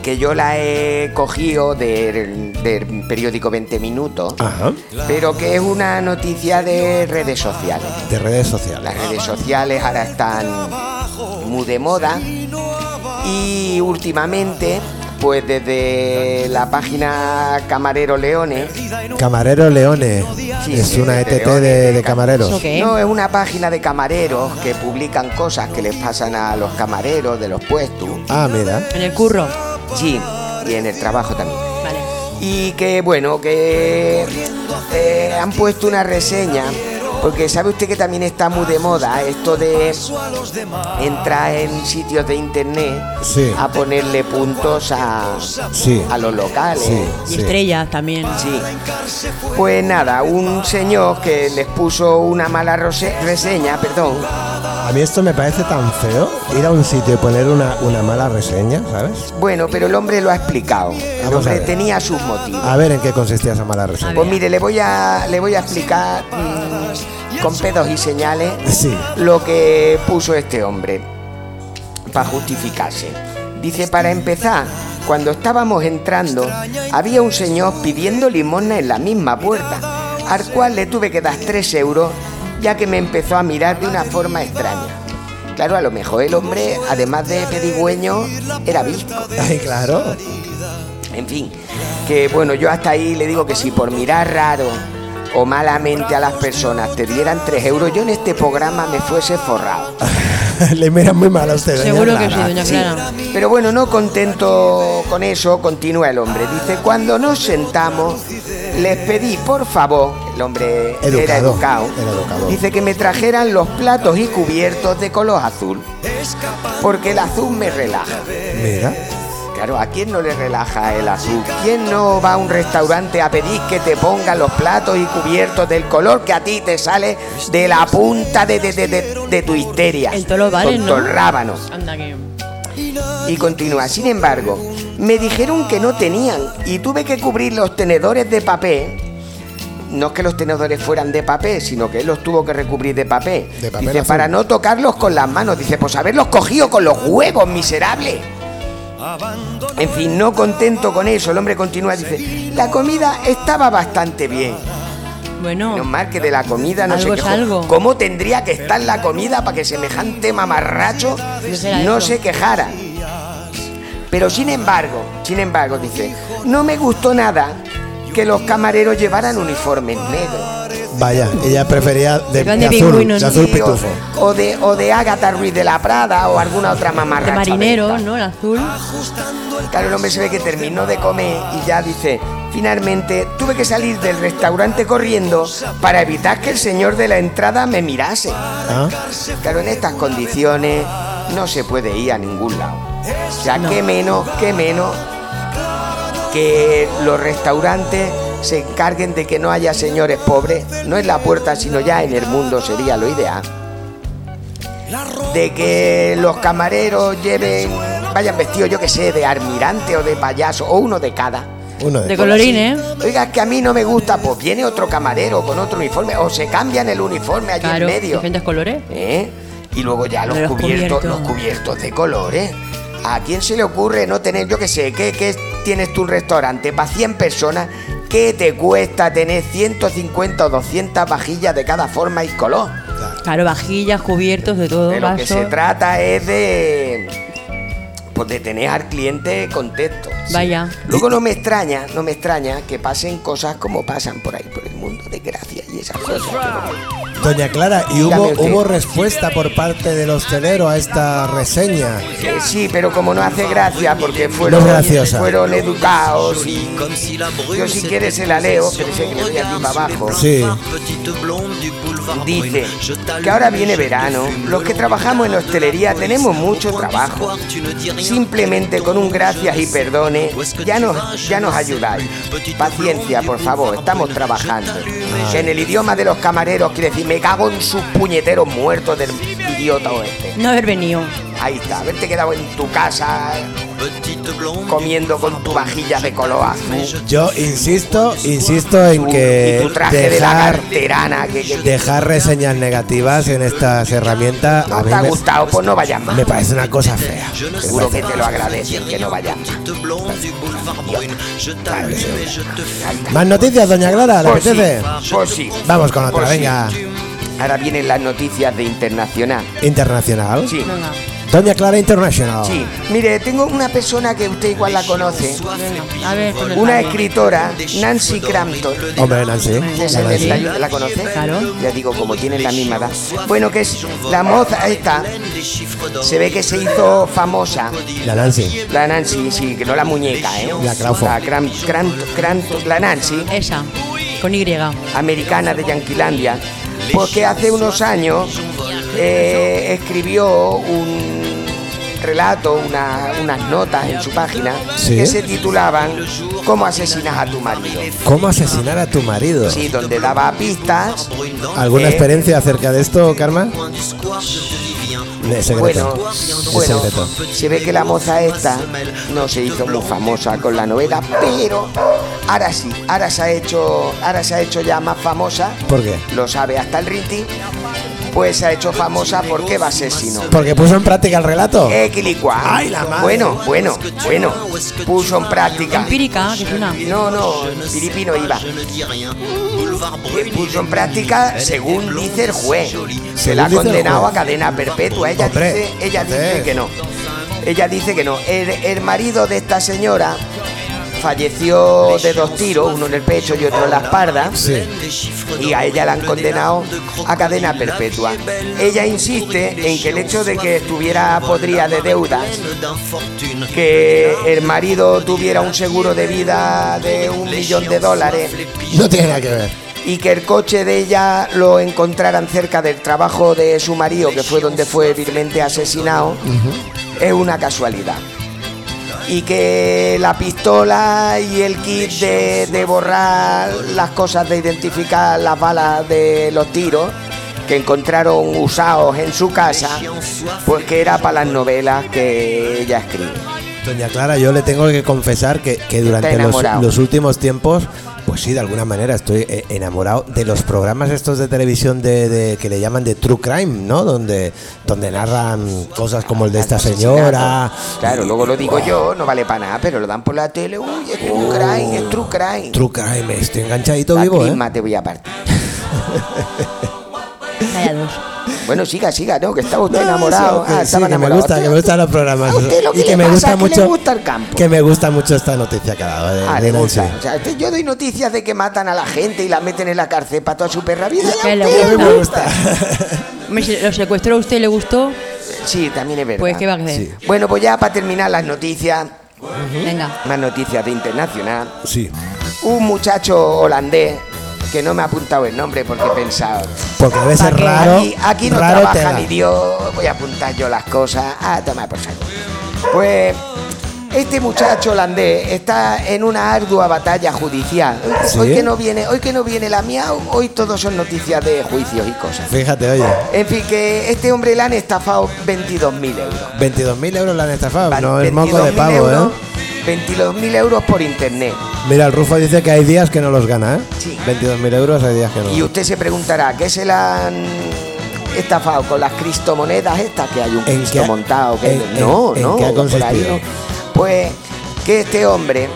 Speaker 3: que yo la he cogido del, del periódico 20 Minutos,
Speaker 1: Ajá.
Speaker 3: pero que es una noticia de redes sociales.
Speaker 1: De redes sociales.
Speaker 3: Las redes sociales ahora están muy de moda y últimamente, pues desde la página Camarero Leones,
Speaker 1: Camarero Leone.
Speaker 3: Sí,
Speaker 1: es
Speaker 3: sí,
Speaker 1: una
Speaker 3: de
Speaker 1: ETT
Speaker 3: Leone,
Speaker 1: de, de
Speaker 3: de
Speaker 1: camareros.
Speaker 2: Eso que- ¿Qué?
Speaker 3: No, es una página de camareros que publican cosas que les pasan a los camareros de los puestos.
Speaker 1: Ah, mira.
Speaker 2: En el curro.
Speaker 3: Sí, y en el trabajo también.
Speaker 2: Vale.
Speaker 3: Y que bueno, que eh, han puesto una reseña, porque sabe usted que también está muy de moda esto de entrar en sitios de internet
Speaker 1: Sí.
Speaker 3: a ponerle puntos a,
Speaker 1: Sí.
Speaker 3: a los locales.
Speaker 1: Sí,
Speaker 2: Y
Speaker 1: sí.
Speaker 2: estrellas también.
Speaker 3: Sí. Pues nada, un señor que les puso una mala rose- reseña, perdón,
Speaker 1: A mí esto me parece tan feo. Ir a un sitio y poner una, una mala reseña, ¿sabes?
Speaker 3: Bueno, pero el hombre lo ha explicado. El
Speaker 1: Vamos a
Speaker 3: hombre
Speaker 1: ver.
Speaker 3: tenía sus motivos.
Speaker 1: A ver en qué consistía esa mala reseña.
Speaker 3: Pues mire, le voy a, le voy a explicar mm, con pedos y señales
Speaker 1: Sí.
Speaker 3: lo que puso este hombre para justificarse. Dice, para empezar, cuando estábamos entrando, había un señor pidiendo limosna en la misma puerta, al cual le tuve que dar 3 euros, ya que me empezó a mirar de una forma extraña. Claro, a lo mejor el hombre, además de pedigüeño, era visco.
Speaker 1: Ay, claro.
Speaker 3: En fin, que bueno, yo hasta ahí le digo que si por mirar raro o malamente a las personas te dieran 3 euros, yo en este programa me fuese forrado.
Speaker 1: Le miran muy mal a usted. doña
Speaker 2: Seguro que sí,
Speaker 1: Clara.
Speaker 2: doña
Speaker 3: Sí.
Speaker 2: Clara.
Speaker 3: Pero bueno, no contento con eso, continúa el hombre. Dice, cuando nos sentamos, les pedí, por favor, el hombre era
Speaker 1: Educado,
Speaker 3: educado,
Speaker 1: era educado.
Speaker 3: dice que me trajeran los platos y cubiertos de color azul, porque el azul me relaja.
Speaker 1: Mira.
Speaker 3: Claro, ¿a quién no le relaja el azul? ¿Quién no va a un restaurante a pedir que te pongan los platos y cubiertos del color que a ti te sale de la punta de, de- de- de- de tu histeria?
Speaker 2: El tolo vale, ¿no?
Speaker 3: el rábano.
Speaker 2: Anda que.
Speaker 3: Y continúa, sin embargo, me dijeron que no tenían y tuve que cubrir los tenedores de papel. No es que los tenedores fueran de papel, sino que él los tuvo que recubrir de papel.
Speaker 1: De papel
Speaker 3: dice,
Speaker 1: azul.
Speaker 3: para no tocarlos con las manos. Dice, pues haberlos cogido con los huevos, miserable. En fin, no contento con eso, el hombre continúa, dice, la comida estaba bastante bien. Menos
Speaker 2: Bueno,
Speaker 3: mal que de la comida no
Speaker 2: Algo
Speaker 3: sé
Speaker 2: es algo.
Speaker 3: ¿Cómo tendría que estar la comida para que semejante mamarracho
Speaker 2: será
Speaker 3: no
Speaker 2: eso.
Speaker 3: se quejara? Pero sin embargo, sin embargo, dice, no me gustó nada que los camareros llevaran uniformes negros.
Speaker 1: Vaya, ella prefería de,
Speaker 2: Iban
Speaker 1: de
Speaker 2: de
Speaker 1: azul,
Speaker 2: pingüino,
Speaker 1: de
Speaker 2: ¿no?
Speaker 1: azul
Speaker 3: Sí, o,
Speaker 1: pitufo.
Speaker 3: o de o de Ágata Ruiz de la Prada o alguna otra mamarracha.
Speaker 2: de marinero,
Speaker 3: estas.
Speaker 2: ¿no? El azul.
Speaker 3: Claro, el hombre se ve que terminó de comer y ya dice, finalmente tuve que salir del restaurante corriendo para evitar que el señor de la entrada me mirase.
Speaker 1: ¿Ah?
Speaker 3: Claro, en estas condiciones no se puede ir a ningún lado. O sea,
Speaker 2: No.
Speaker 3: qué menos, qué menos que los restaurantes se encarguen de que no haya señores pobres, no en la puerta, sino ya en el mundo sería lo ideal. De que los camareros lleven, vayan vestidos, yo que sé, de almirante o de payaso, o uno de cada.
Speaker 1: Uno
Speaker 2: De
Speaker 1: de
Speaker 2: colorín, ¿eh?
Speaker 3: Oiga, es que a mí no me gusta, pues viene otro camarero con otro uniforme, o se cambian el uniforme allí
Speaker 2: Claro,
Speaker 3: en medio.
Speaker 2: diferentes colores.
Speaker 3: ¿eh? Y luego ya los,
Speaker 2: Los
Speaker 3: cubiertos,
Speaker 2: cubiertos.
Speaker 3: los cubiertos de colores. ¿A quién se le ocurre no tener, yo qué sé, que, tienes tú un restaurante para 100 personas? ¿Qué te cuesta tener 150 o 200 vajillas de cada forma y color?
Speaker 2: Claro, vajillas, cubiertos, de todo,
Speaker 3: De lo que se
Speaker 2: vasos.
Speaker 3: trata es de. Pues de tener al cliente contento.
Speaker 2: Vaya.
Speaker 3: Luego no me extraña, no me extraña que pasen cosas como pasan por ahí, por el mundo, de gracia y esas cosas. pero-
Speaker 1: Doña Clara, ¿y
Speaker 3: Dígame
Speaker 1: hubo,
Speaker 3: usted.
Speaker 1: hubo respuesta por parte del hostelero a esta reseña?
Speaker 3: Eh, sí, pero como no hace gracia porque fueron,
Speaker 1: No es graciosa.
Speaker 3: fueron educados y yo si quieres se la leo, pero sé que le voy a para abajo.
Speaker 1: Sí.
Speaker 3: Dice que ahora viene verano, los que trabajamos en hostelería tenemos mucho trabajo. Simplemente con un gracias y perdone ya nos, ya nos ayudáis. Paciencia, por favor, estamos trabajando.
Speaker 1: Ah.
Speaker 3: En el idioma de los camareros quiere decir, me cago en sus puñeteros muertos del idiota oeste.
Speaker 2: No haber venido.
Speaker 3: Ahí está, haberte quedado en tu casa comiendo con tu vajilla de color azul
Speaker 1: Yo insisto, insisto en
Speaker 3: y
Speaker 1: que
Speaker 3: tu traje de la
Speaker 1: dejar,
Speaker 3: carterana que, que-
Speaker 1: dejar reseñas negativas en estas herramientas a
Speaker 3: no
Speaker 1: mí
Speaker 3: te ha
Speaker 1: me-
Speaker 3: gustado, pues no vayas más.
Speaker 1: me parece una cosa fea.
Speaker 3: Seguro que te lo agradecen que no vayas más. Claro que sí. Ahí está.
Speaker 1: Más noticias, doña Clara, ¿le
Speaker 3: Pues sí,
Speaker 1: apetece?
Speaker 3: pues sí.
Speaker 1: Vamos con otra,
Speaker 3: Pues sí.
Speaker 1: venga.
Speaker 3: Ahora vienen las noticias de internacional.
Speaker 1: Internacional.
Speaker 3: Sí.
Speaker 2: Venga,
Speaker 1: Doña Clara International.
Speaker 3: Sí, mire, tengo una persona que usted igual la conoce,
Speaker 2: venga. A ver, ponte el
Speaker 3: una
Speaker 2: palo.
Speaker 3: escritora, Nancy Crampton.
Speaker 1: Hombre, Nancy.
Speaker 3: de
Speaker 1: la Nancy.
Speaker 3: 71, ¿la conoce?
Speaker 2: Claro.
Speaker 3: Ya digo, como tiene la misma edad. Bueno, que es la moza esta, se ve que se hizo famosa.
Speaker 1: La Nancy.
Speaker 3: La Nancy, sí, que no la muñeca, ¿eh?
Speaker 1: La Crawford.
Speaker 3: La, Cram- Cram- Cram- la Nancy,
Speaker 2: Esa, con Y.
Speaker 3: americana de Yanquilandia, porque hace unos años eh, escribió un relato, una- unas notas en su página
Speaker 1: Sí.
Speaker 3: que se titulaban ¿Cómo asesinas a tu marido?
Speaker 1: ¿Cómo asesinar a tu marido?
Speaker 3: Sí, donde daba pistas
Speaker 1: ¿Alguna
Speaker 3: Eh,
Speaker 1: experiencia acerca de esto, Karma? Es secreto.
Speaker 3: Bueno,
Speaker 1: Es
Speaker 3: bueno,
Speaker 1: secreto.
Speaker 3: se ve que la moza esta no se hizo muy famosa con la novela, pero ahora sí, ahora se ha hecho, ahora se ha hecho ya más famosa,
Speaker 1: ¿Por qué?
Speaker 3: lo sabe hasta el Riti, pues se ha hecho famosa porque va asesino.
Speaker 1: Porque puso en práctica el relato.
Speaker 3: Eh, Equilicua.
Speaker 1: Ay, la madre.
Speaker 3: Bueno, bueno, bueno. Puso en práctica.
Speaker 2: Empírica, que es una.
Speaker 3: No, no, Piripi no iba. Eh, Puso en práctica, según dice el juez. Se la ha
Speaker 1: dice el
Speaker 3: condenado
Speaker 1: juez.
Speaker 3: a cadena perpetua. Ella
Speaker 1: Hombre,
Speaker 3: dice, ella dice
Speaker 1: hombre.
Speaker 3: que no. Ella dice que no. El, el marido de esta señora falleció de dos tiros, uno en el pecho y otro en la espalda.
Speaker 1: Sí.
Speaker 3: Y a ella la han condenado a cadena perpetua. Ella insiste en que el hecho de que estuviera podrida de deudas, que el marido tuviera un seguro de vida de un millón de dólares
Speaker 1: No tiene nada que ver.
Speaker 3: y que el coche de ella lo encontraran cerca del trabajo de su marido, que fue donde fue vilmente asesinado, es una casualidad. Y que la pistola y el kit de, de borrar las cosas, de identificar las balas de los tiros, que encontraron usados en su casa, pues que era para las novelas que ella escribe.
Speaker 1: Doña Clara, yo le tengo que confesar que, que durante los,
Speaker 3: enamorado.
Speaker 1: los últimos tiempos, pues sí, de alguna manera estoy eh, enamorado de los programas estos de televisión de, de- que le llaman de True Crime, ¿no? Donde, donde narran cosas como el de esta señora.
Speaker 3: Claro, luego lo digo yo, no vale para nada, pero lo dan por la tele, uy, es true crime, es true crime.
Speaker 1: Oh. True Crime, estoy enganchadito
Speaker 3: La
Speaker 1: vivo, ¿eh?
Speaker 3: crisma te voy a partir.
Speaker 2: Vaya dos.
Speaker 3: Bueno, siga, siga, no, que estaba usted
Speaker 1: No,
Speaker 3: enamorado.
Speaker 1: eso, que
Speaker 3: ah,
Speaker 1: sí,
Speaker 3: estaba
Speaker 1: que me
Speaker 3: enamorado.
Speaker 1: gusta, que me gustan los programas.
Speaker 3: ¿A usted lo que
Speaker 1: y que
Speaker 3: le
Speaker 1: me
Speaker 3: pasa
Speaker 1: gusta
Speaker 3: es que le
Speaker 1: mucho.
Speaker 3: gusta el campo?
Speaker 1: que me gusta mucho esta noticia que ha dado. de-
Speaker 3: Ah,
Speaker 1: de
Speaker 3: le gusta.
Speaker 1: Nancy.
Speaker 3: O sea, usted- yo doy noticias de que matan a la gente y la meten en la cárcel para toda su perra vida.
Speaker 2: Que le
Speaker 3: ¿A usted
Speaker 1: Me
Speaker 2: gusta.
Speaker 1: gusta.
Speaker 2: Hombre, si lo secuestró a usted y le gustó,
Speaker 3: Sí, también es verdad.
Speaker 2: pues qué va a hacer.
Speaker 3: Bueno, pues ya para terminar las noticias,
Speaker 2: Venga.
Speaker 3: más noticias de internacional.
Speaker 1: sí.
Speaker 3: Un muchacho holandés que no me ha apuntado el nombre porque he pensado.
Speaker 1: Porque debe ser
Speaker 3: "Pa' qué,
Speaker 1: raro.
Speaker 3: Aquí, aquí no
Speaker 1: raro
Speaker 3: trabaja
Speaker 1: tela.
Speaker 3: ni Dios, voy a apuntar yo las cosas. Ah, toma por saco. Pues este muchacho holandés está en una ardua batalla judicial.
Speaker 1: ¿Sí?
Speaker 3: Hoy que no viene, hoy que no viene la mía, hoy todo son noticias de juicios y cosas.
Speaker 1: Fíjate, oye.
Speaker 3: En fin, que este hombre le han estafado 22.000 euros.
Speaker 1: 22.000 euros la han estafado.
Speaker 3: Vale,
Speaker 1: no es moco de
Speaker 3: 22.000
Speaker 1: pavo,
Speaker 3: euros,
Speaker 1: ¿eh?
Speaker 3: 22.000 euros por internet.
Speaker 1: Mira, el Rufo dice que hay días que no los gana, ¿eh?
Speaker 3: Sí.
Speaker 1: 22.000 euros hay días que no.
Speaker 3: Y usted se preguntará, ¿qué se la han estafado con las cristomonedas estas que hay un
Speaker 1: ¿En
Speaker 3: cristo
Speaker 1: qué ha-
Speaker 3: montado? Que
Speaker 1: en- en-
Speaker 3: no,
Speaker 1: en
Speaker 3: no,
Speaker 1: qué ha
Speaker 3: por ahí
Speaker 1: consistido?
Speaker 3: no. Pues que este hombre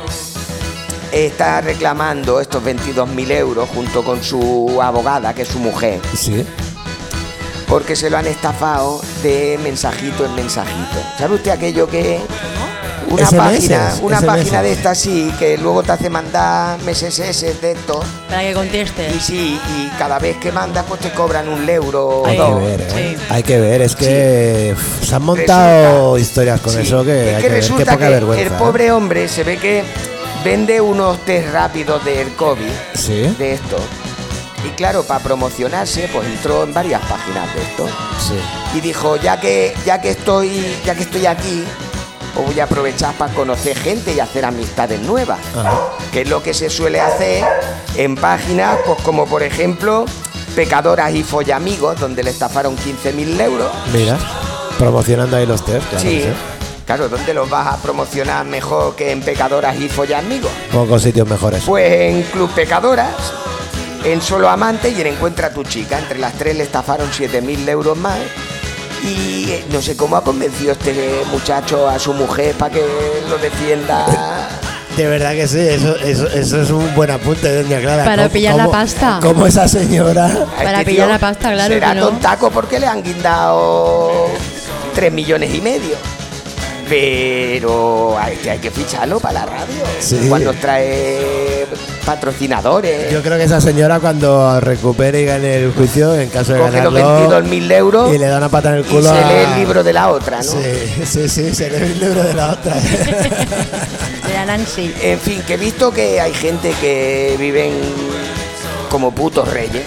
Speaker 3: está reclamando estos 22.000 euros junto con su abogada, que es su mujer,
Speaker 1: Sí.
Speaker 3: porque se lo han estafado de mensajito en mensajito. ¿Sabe usted aquello que es? Una
Speaker 1: SMS,
Speaker 3: página, una
Speaker 1: SMS.
Speaker 3: página de estas sí, que luego te hace mandar meses de estos.
Speaker 2: Para que conteste.
Speaker 3: Y sí, y cada vez que mandas, pues te cobran un euro o
Speaker 2: Ay,
Speaker 1: Hay
Speaker 3: dos.
Speaker 1: que ver, ¿eh?
Speaker 2: sí.
Speaker 1: Hay que ver. Es que pff, se han montado
Speaker 3: Resulta-
Speaker 1: historias con
Speaker 3: Sí,
Speaker 1: eso que
Speaker 3: es
Speaker 1: hay que ver. Qué
Speaker 3: resulta
Speaker 1: poca
Speaker 3: que
Speaker 1: vergüenza.
Speaker 3: El
Speaker 1: ¿eh?
Speaker 3: pobre hombre se ve que vende unos test rápidos del COVID,
Speaker 1: Sí.
Speaker 3: de esto. Y claro, para promocionarse, pues entró en varias páginas de esto.
Speaker 1: Sí.
Speaker 3: Y dijo, ya que, ya que estoy, ya que estoy aquí, os voy a aprovechar para conocer gente y hacer amistades nuevas.
Speaker 1: Ajá.
Speaker 3: que es lo que se suele hacer en páginas pues como por ejemplo Pecadoras y Follamigos, donde le estafaron 15.000 euros.
Speaker 1: Mira. Promocionando ahí los test, claro.
Speaker 3: sí.
Speaker 1: que sí.
Speaker 3: Claro, ¿dónde los vas a promocionar mejor que en Pecadoras y Follamigos?
Speaker 1: Pocos sitios mejores.
Speaker 3: Pues en Club Pecadoras, en Solo Amante y en Encuentra a tu chica. Entre las tres le estafaron 7.000 euros más. Y eh, no sé cómo ha convencido este muchacho a su mujer para que lo defienda.
Speaker 1: De verdad que sí, eso, eso, eso es un buen apunte, doña Clara.
Speaker 2: Para
Speaker 1: ¿Cómo-
Speaker 2: pillar la
Speaker 1: cómo-
Speaker 2: pasta.
Speaker 1: Cómo esa señora.
Speaker 3: A
Speaker 2: Para pillar la pasta, claro
Speaker 3: Será
Speaker 2: que no.
Speaker 3: tontaco porque le han guindado 3 millones y medio. Pero a este hay que ficharlo para la radio.
Speaker 1: Sí.
Speaker 3: Cuando trae patrocinadores.
Speaker 1: Yo creo que esa señora cuando recupere y gane el juicio, en caso de
Speaker 3: coge los
Speaker 1: ganarlo,
Speaker 3: 22.000 euros
Speaker 1: y le da una pata en el
Speaker 3: y
Speaker 1: culo
Speaker 3: se
Speaker 1: a-
Speaker 3: lee el libro de la otra, ¿no?
Speaker 1: Sí, sí, sí, se lee el libro de la otra.
Speaker 2: De la Nancy.
Speaker 3: En fin, que he visto que hay gente que viven como putos reyes.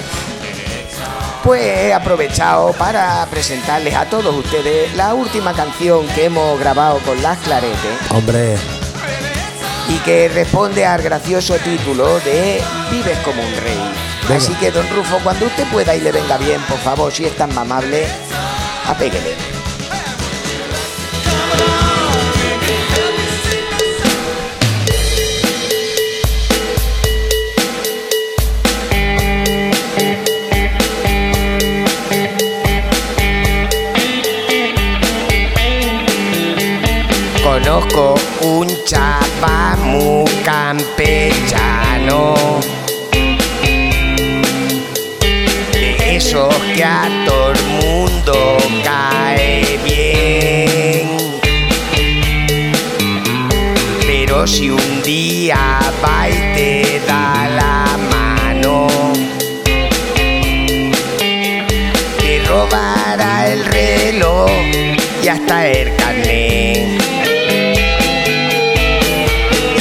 Speaker 3: Pues he aprovechado para presentarles a todos ustedes la última canción que hemos grabado con las claretes.
Speaker 1: Hombre,
Speaker 3: y que responde al gracioso título de Vives como un rey.
Speaker 1: Venga.
Speaker 3: Así que, don Rufo, cuando usted pueda y le venga bien, por favor, si es tan amable, apéguele. Conozco un chapa muy campechano. De esos que a todo el mundo cae bien. Pero si un día va y te da la mano, te robará el reloj y hasta el carnet.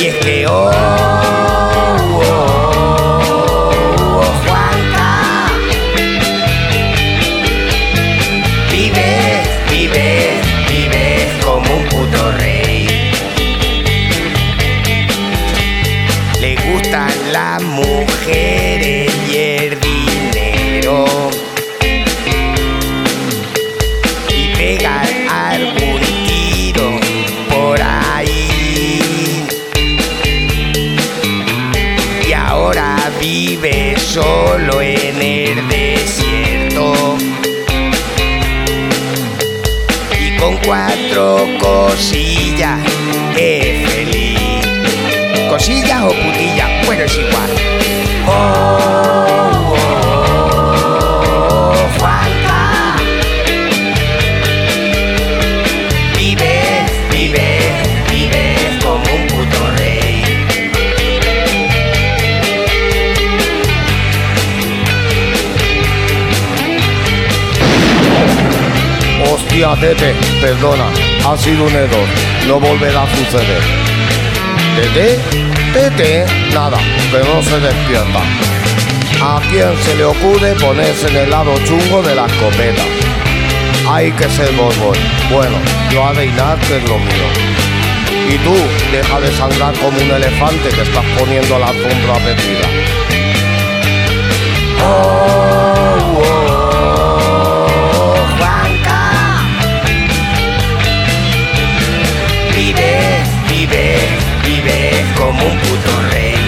Speaker 3: Y es que oh, oh, oh, oh, Juanca Vives, vives, vives como un puto rey Le gustan las mujeres y el dinero Y pegar algún tiro por ahí y ahora vive solo en el desierto. Y con cuatro cosillas es feliz. Cosillas o putillas, bueno, es igual. Oh, oh, oh, Juanca. Vives, vives, vives como un puto rey.
Speaker 6: Hostia, Tete, perdona, ha sido un error, no volverá a suceder. Tete, Tete, nada, que no se despierta. ¿A quién se le ocurre ponerse en el lado chungo de la escopeta? Hay que ser borbón. Bueno, yo a reinar que es lo mío. Y tú, deja de sangrar como un elefante que estás poniendo la alfombra perdida.
Speaker 3: Juanca. Vives, vives, vives como un puto rey.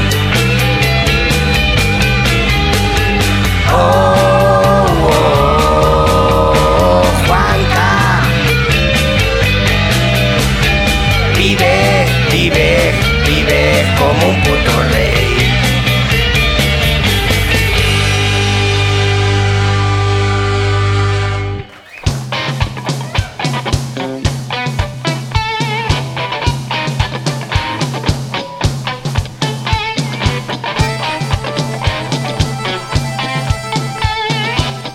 Speaker 3: Oh, oh, oh, Juanca. Vives, vives, vives como un puto rey.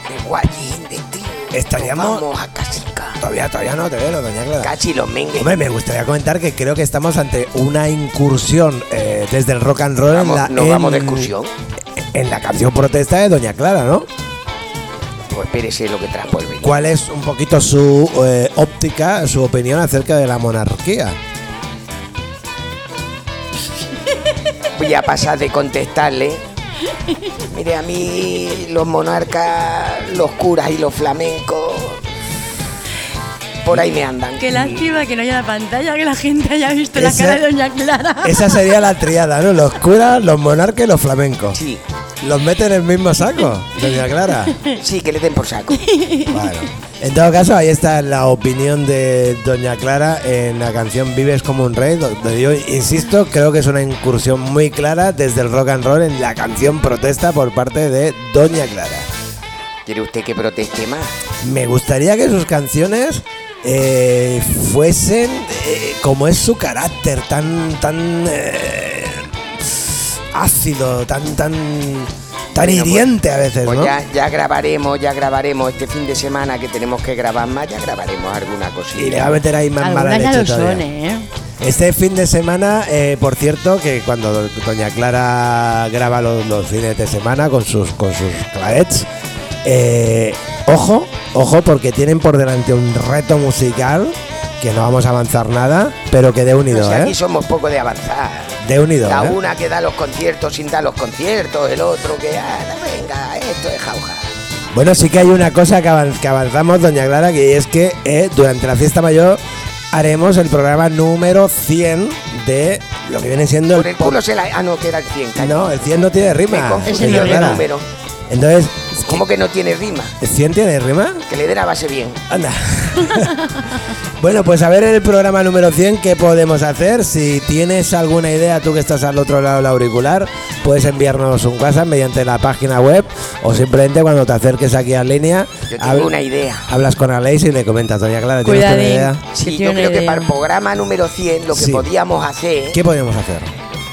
Speaker 3: de Guayín, de ti.
Speaker 1: Estaríamos-
Speaker 3: Nos Vamos a Casica.
Speaker 1: todavía, todavía no, todavía no, doña Clara.
Speaker 3: Cachi los mengues.
Speaker 1: Hombre, me gustaría comentar que creo que estamos ante una incursión eh, desde el rock and roll
Speaker 3: Vamos-
Speaker 1: en la
Speaker 3: nos
Speaker 1: en-
Speaker 3: vamos de excursión.
Speaker 1: en la canción protesta de Doña Clara, ¿no?
Speaker 3: Pues espérese lo que transforme.
Speaker 1: ¿Cuál es un poquito su eh, óptica, su opinión acerca de la monarquía?
Speaker 3: Voy a pasar de contestarle. Mire, a mí los monarcas, los curas y los flamencos por ahí me andan.
Speaker 2: Qué lástima que no haya la pantalla, que la gente haya visto
Speaker 1: Esa-
Speaker 2: la cara de Doña Clara.
Speaker 1: Esa sería la triada, ¿no? Los curas, los monarcas y los flamencos.
Speaker 3: Sí,
Speaker 1: Los meten en el mismo saco, doña Clara.
Speaker 3: sí, que le den por saco.
Speaker 1: Bueno, en todo caso, ahí está la opinión de Doña Clara en la canción Vives como un rey, donde yo, insisto, creo que es una incursión muy clara desde el rock and roll en la canción protesta por parte de Doña Clara.
Speaker 3: ¿Quiere usted que proteste más?
Speaker 1: Me gustaría que sus canciones eh, fuesen eh, como es su carácter, tan, tan eh, ácido, tan, tan, tan
Speaker 3: Bueno, pues-
Speaker 1: hiriente a veces,
Speaker 3: Pues
Speaker 1: ¿no?
Speaker 3: ya, ya grabaremos, ya grabaremos este fin de semana que tenemos que grabar más, ya grabaremos
Speaker 1: Y le
Speaker 3: alguna
Speaker 1: va
Speaker 3: cosilla.
Speaker 1: a meter ahí más mala
Speaker 2: Algunas ya
Speaker 1: leche
Speaker 2: lo
Speaker 1: todavía.
Speaker 2: son, ¿eh?
Speaker 1: Este fin de semana, eh, por cierto, que cuando do- Doña Clara graba los, los fines de semana con sus, con sus clarets, eh, ojo, ojo, porque tienen por delante un reto musical que no vamos a avanzar nada, pero que de
Speaker 3: O
Speaker 1: unido,
Speaker 3: sea, aquí
Speaker 1: ¿eh?
Speaker 3: somos poco de avanzar.
Speaker 1: De unido,
Speaker 3: La
Speaker 1: ¿eh?
Speaker 3: una que da los conciertos sin dar los conciertos, el otro que, ah, venga, esto es jauja.
Speaker 1: Bueno, sí que hay una cosa que, avan- que avanzamos, Doña Clara, que es que eh, durante la fiesta mayor haremos el programa número 100 de lo que viene siendo
Speaker 3: Por el
Speaker 1: pop-
Speaker 3: culo se la... Ah, no, que era el 100. calla.
Speaker 1: No, ah, el 100 no tiene
Speaker 3: Me
Speaker 1: rima.
Speaker 3: confundí
Speaker 2: Ese no
Speaker 1: Doña
Speaker 3: el
Speaker 1: Clara.
Speaker 3: número.
Speaker 1: Entonces,
Speaker 3: ¿Cómo que no tiene rima?
Speaker 1: ¿100 tiene rima?
Speaker 3: Que le dé la base bien.
Speaker 1: Anda. bueno, pues a ver en el programa número 100 qué podemos hacer. Si tienes alguna idea, tú que estás al otro lado del auricular, puedes enviarnos un WhatsApp mediante la página web o simplemente cuando te acerques aquí a línea.
Speaker 3: Yo tengo
Speaker 1: hab-
Speaker 3: una idea.
Speaker 1: Hablas con Aleix y le comentas, doña Clara, ¿tienes una
Speaker 2: Cuidadín.
Speaker 1: idea?
Speaker 3: Sí,
Speaker 2: Que
Speaker 3: yo
Speaker 2: tiene
Speaker 3: creo que
Speaker 2: idea.
Speaker 3: para el programa número 100 lo que
Speaker 1: Sí.
Speaker 3: podíamos hacer
Speaker 1: ¿Qué podemos hacer?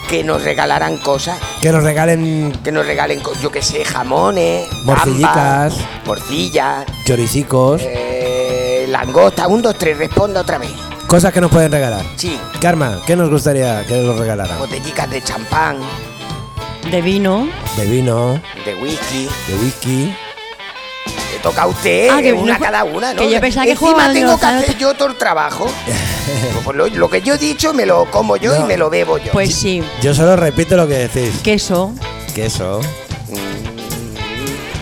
Speaker 3: que nos regalaran cosas.
Speaker 1: Que nos regalen
Speaker 3: Que nos regalen, co- yo qué sé, jamones,
Speaker 1: Morcillitas. Pues-
Speaker 3: gambas, morcillas,
Speaker 1: choricicos,
Speaker 3: eh, langosta. Un, dos, tres, responda otra vez.
Speaker 1: cosas que nos pueden regalar.
Speaker 3: Sí,
Speaker 1: Karma, ¿qué nos gustaría que nos regalaran?
Speaker 3: botellitas de champán,
Speaker 2: De vino.
Speaker 1: De vino,
Speaker 3: de whisky.
Speaker 1: de whisky.
Speaker 3: Le toca a usted,
Speaker 2: Ah, que
Speaker 3: eh, una
Speaker 2: no fue-
Speaker 3: cada una, ¿no?
Speaker 2: que yo pensaba que
Speaker 3: Encima
Speaker 2: jugaban
Speaker 3: tengo
Speaker 2: los
Speaker 3: que hacer
Speaker 2: otros.
Speaker 3: yo todo el trabajo. Pues lo, lo que yo he dicho me lo como yo
Speaker 1: No.
Speaker 3: y me lo bebo yo.
Speaker 2: Pues sí,
Speaker 1: Yo solo repito lo que decís.
Speaker 2: queso,
Speaker 1: Queso,
Speaker 3: Mm,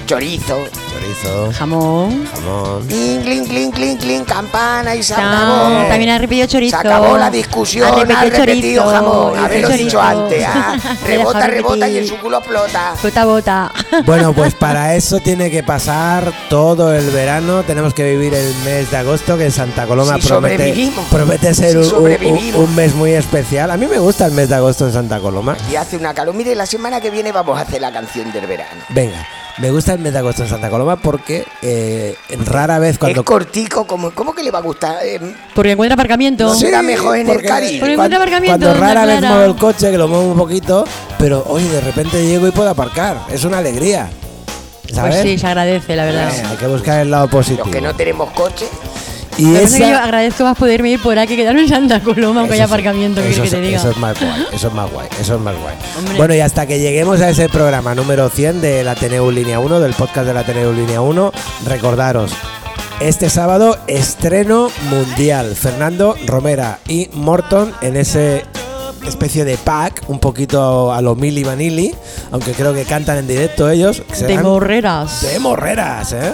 Speaker 3: Chorizo.
Speaker 1: chorizo,
Speaker 2: jamón.
Speaker 1: jamón.
Speaker 3: Clink, clink, clink, clink, clink, campana y se
Speaker 2: Chao.
Speaker 3: acabó.
Speaker 2: También ha repetido chorizo.
Speaker 3: Se acabó la discusión,
Speaker 2: Ha
Speaker 3: ha
Speaker 2: repetido
Speaker 3: repetido,
Speaker 2: chorizo,
Speaker 3: jamón,
Speaker 2: ha
Speaker 3: haberlo
Speaker 2: repetido
Speaker 3: dicho
Speaker 2: chorizo.
Speaker 3: antes. ah.
Speaker 2: Ha
Speaker 3: Rebota,
Speaker 2: dejado
Speaker 3: rebota y en
Speaker 2: repetir.
Speaker 3: su culo explota.
Speaker 2: Bota, bota.
Speaker 1: Bueno, pues para eso tiene que pasar todo el verano. Tenemos que vivir el mes de agosto, que en Santa Coloma
Speaker 3: Si
Speaker 1: promete,
Speaker 3: sobrevivimos.
Speaker 1: promete ser
Speaker 3: Si
Speaker 1: un- un,
Speaker 3: sobrevivimos.
Speaker 1: un mes muy especial. A mí me gusta el mes de agosto en Santa Coloma.
Speaker 3: Y hace una calor. Mire, la semana que viene vamos a hacer la canción del verano.
Speaker 1: Venga, me gusta el mes de agosto en Santa Coloma porque eh, rara vez cuando...
Speaker 3: Es cortico, como, ¿cómo que le va a gustar? Eh,
Speaker 2: Porque encuentra aparcamiento. Pues
Speaker 3: Sí. será mejor en el
Speaker 1: porque-
Speaker 3: Caribe.
Speaker 2: Por el
Speaker 1: cuando,
Speaker 2: aparcamiento,
Speaker 1: cuando
Speaker 2: doña
Speaker 1: rara vez
Speaker 2: Clara.
Speaker 1: muevo el coche, que lo muevo un poquito, pero hoy de repente llego y puedo aparcar. Es una alegría. ¿Sabes?
Speaker 2: Pues sí, se agradece, la verdad.
Speaker 1: Hay que buscar el lado positivo.
Speaker 3: los que no tenemos coche,
Speaker 1: Y
Speaker 2: Lo que pasa es que yo
Speaker 1: esa-
Speaker 2: agradezco más poderme ir por aquí que quedarme en Santa Coloma, aunque haya
Speaker 1: Eso sí,
Speaker 2: aparcamiento, que
Speaker 1: eso
Speaker 2: quieres
Speaker 1: sí,
Speaker 2: que te diga.
Speaker 1: Eso es más guay, eso es más guay, eso es más guay.
Speaker 2: Hombre.
Speaker 1: Bueno, y hasta que lleguemos a ese programa número 100 de la TNU Línea 1, del podcast de la TNU Línea 1, recordaros, este sábado estreno mundial, Fernando Romera y Morton en ese especie de pack, un poquito a lo Mili Vanilli, aunque creo que cantan en directo ellos.
Speaker 2: De
Speaker 1: serán
Speaker 2: morreras.
Speaker 1: de morreras, ¿eh?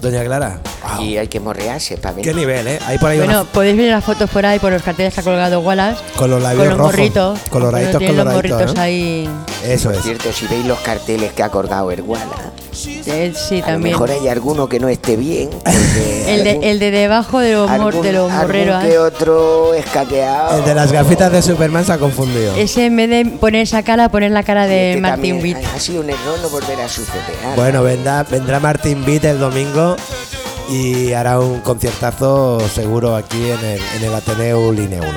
Speaker 1: Doña Clara. wow,
Speaker 3: y hay que morrearse para
Speaker 1: Qué
Speaker 3: ver.
Speaker 1: nivel, ¿eh? Hay por ahí una
Speaker 2: Bueno, podéis ver las fotos por ahí por los carteles que ha colgado Wallace.
Speaker 1: Con los labios
Speaker 2: Con los
Speaker 1: rojos.
Speaker 2: morritos.
Speaker 1: Coloraditos,
Speaker 2: Cuando tienen
Speaker 1: coloraditos,
Speaker 2: los morritos
Speaker 1: ¿no?
Speaker 2: ahí.
Speaker 1: Eso es.
Speaker 3: Cierto, si veis los carteles que ha colgado Erguala,
Speaker 2: Eh, sí,
Speaker 3: a lo
Speaker 2: también.
Speaker 3: mejor hay alguno que no esté bien. porque
Speaker 2: El de,
Speaker 3: algún-
Speaker 2: el de debajo de los, mor- de los
Speaker 3: algún
Speaker 2: morreros. ¿eh?
Speaker 3: que otro escaqueado.
Speaker 1: El de las gafitas de Superman se ha confundido.
Speaker 2: ¿eh? Ese en vez de poner esa cara, poner la cara de
Speaker 3: Este
Speaker 2: Martin
Speaker 3: también
Speaker 2: Witt.
Speaker 3: Ha sido un error, no volverá a suceder. Ah,
Speaker 1: Bueno, vendrá, vendrá Martín Beat el domingo y hará un conciertazo seguro aquí en el, en el Ateneu Line 1.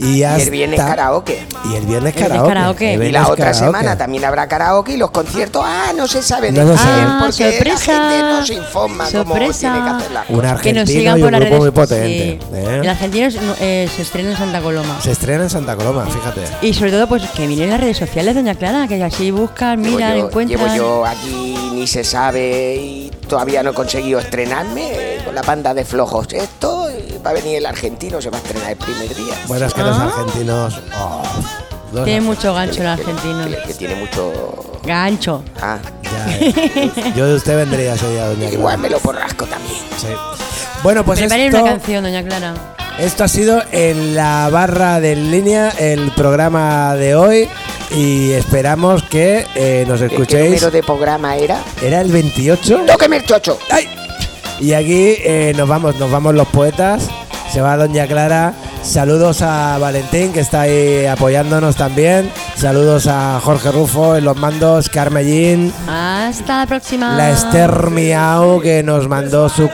Speaker 1: Y,
Speaker 3: Y el
Speaker 1: hasta-
Speaker 3: viernes karaoke.
Speaker 1: Y el viernes
Speaker 2: viernes
Speaker 1: karaoke.
Speaker 2: karaoke.
Speaker 1: el
Speaker 2: Y
Speaker 3: Y
Speaker 1: viernes
Speaker 3: la otra
Speaker 1: karaoke.
Speaker 3: semana también habrá karaoke y los conciertos. Ah, no se sabe de
Speaker 1: No lo
Speaker 3: quién,
Speaker 1: sabemos.
Speaker 2: Ah,
Speaker 3: porque la
Speaker 2: sorpresa.
Speaker 3: gente no se informa
Speaker 2: Sorpresa.
Speaker 3: cómo tiene que hacer las
Speaker 1: Un
Speaker 3: cosas.
Speaker 2: Que
Speaker 1: argentino
Speaker 2: nos
Speaker 1: y
Speaker 2: sigan
Speaker 1: un
Speaker 2: por las
Speaker 1: grupo
Speaker 2: redes
Speaker 1: muy potente.
Speaker 2: sí.
Speaker 1: ¿eh?
Speaker 2: El argentino es- no, eh, se estrena en Santa Coloma.
Speaker 1: Se estrena en Santa Coloma, fíjate.
Speaker 2: Y sobre todo, pues que miren las redes sociales, doña Clara, que así buscan,
Speaker 3: Llevo
Speaker 2: miran,
Speaker 3: yo-
Speaker 2: encuentran.
Speaker 3: Llevo yo aquí, ni se sabe, y todavía no he conseguido estrenarme eh, con la banda de flojos. Esto eh, va a venir el argentino, se va a estrenar el primer día.
Speaker 1: Bueno, es que los argentinos. oh, los
Speaker 2: Ah. Tiene
Speaker 1: ar-
Speaker 2: mucho gancho el
Speaker 3: Que-
Speaker 2: argentino.
Speaker 3: Que, que tiene mucho.
Speaker 2: Gancho.
Speaker 3: Ah,
Speaker 1: Ya, eh. Yo de usted vendría ese día, doña Clara.
Speaker 3: igual me lo porrasco también.
Speaker 1: Sí. Bueno, pues
Speaker 2: Prepare
Speaker 1: esto,
Speaker 2: una canción, doña Clara.
Speaker 1: esto ha sido en la barra de en línea el programa de hoy y esperamos que eh, nos
Speaker 3: ¿Qué
Speaker 1: escuchéis.
Speaker 3: número de programa era?
Speaker 1: ¿Era el 28?
Speaker 3: ¡No, que me chocho!
Speaker 1: ¡Ay! Y aquí eh, nos vamos, nos vamos los poetas. Se va Doña Clara. Saludos a Valentín que está ahí apoyándonos también. Saludos a Jorge Rufo en los mandos, Carmellín,
Speaker 2: Hasta la próxima.
Speaker 1: la Esther Miau que nos mandó su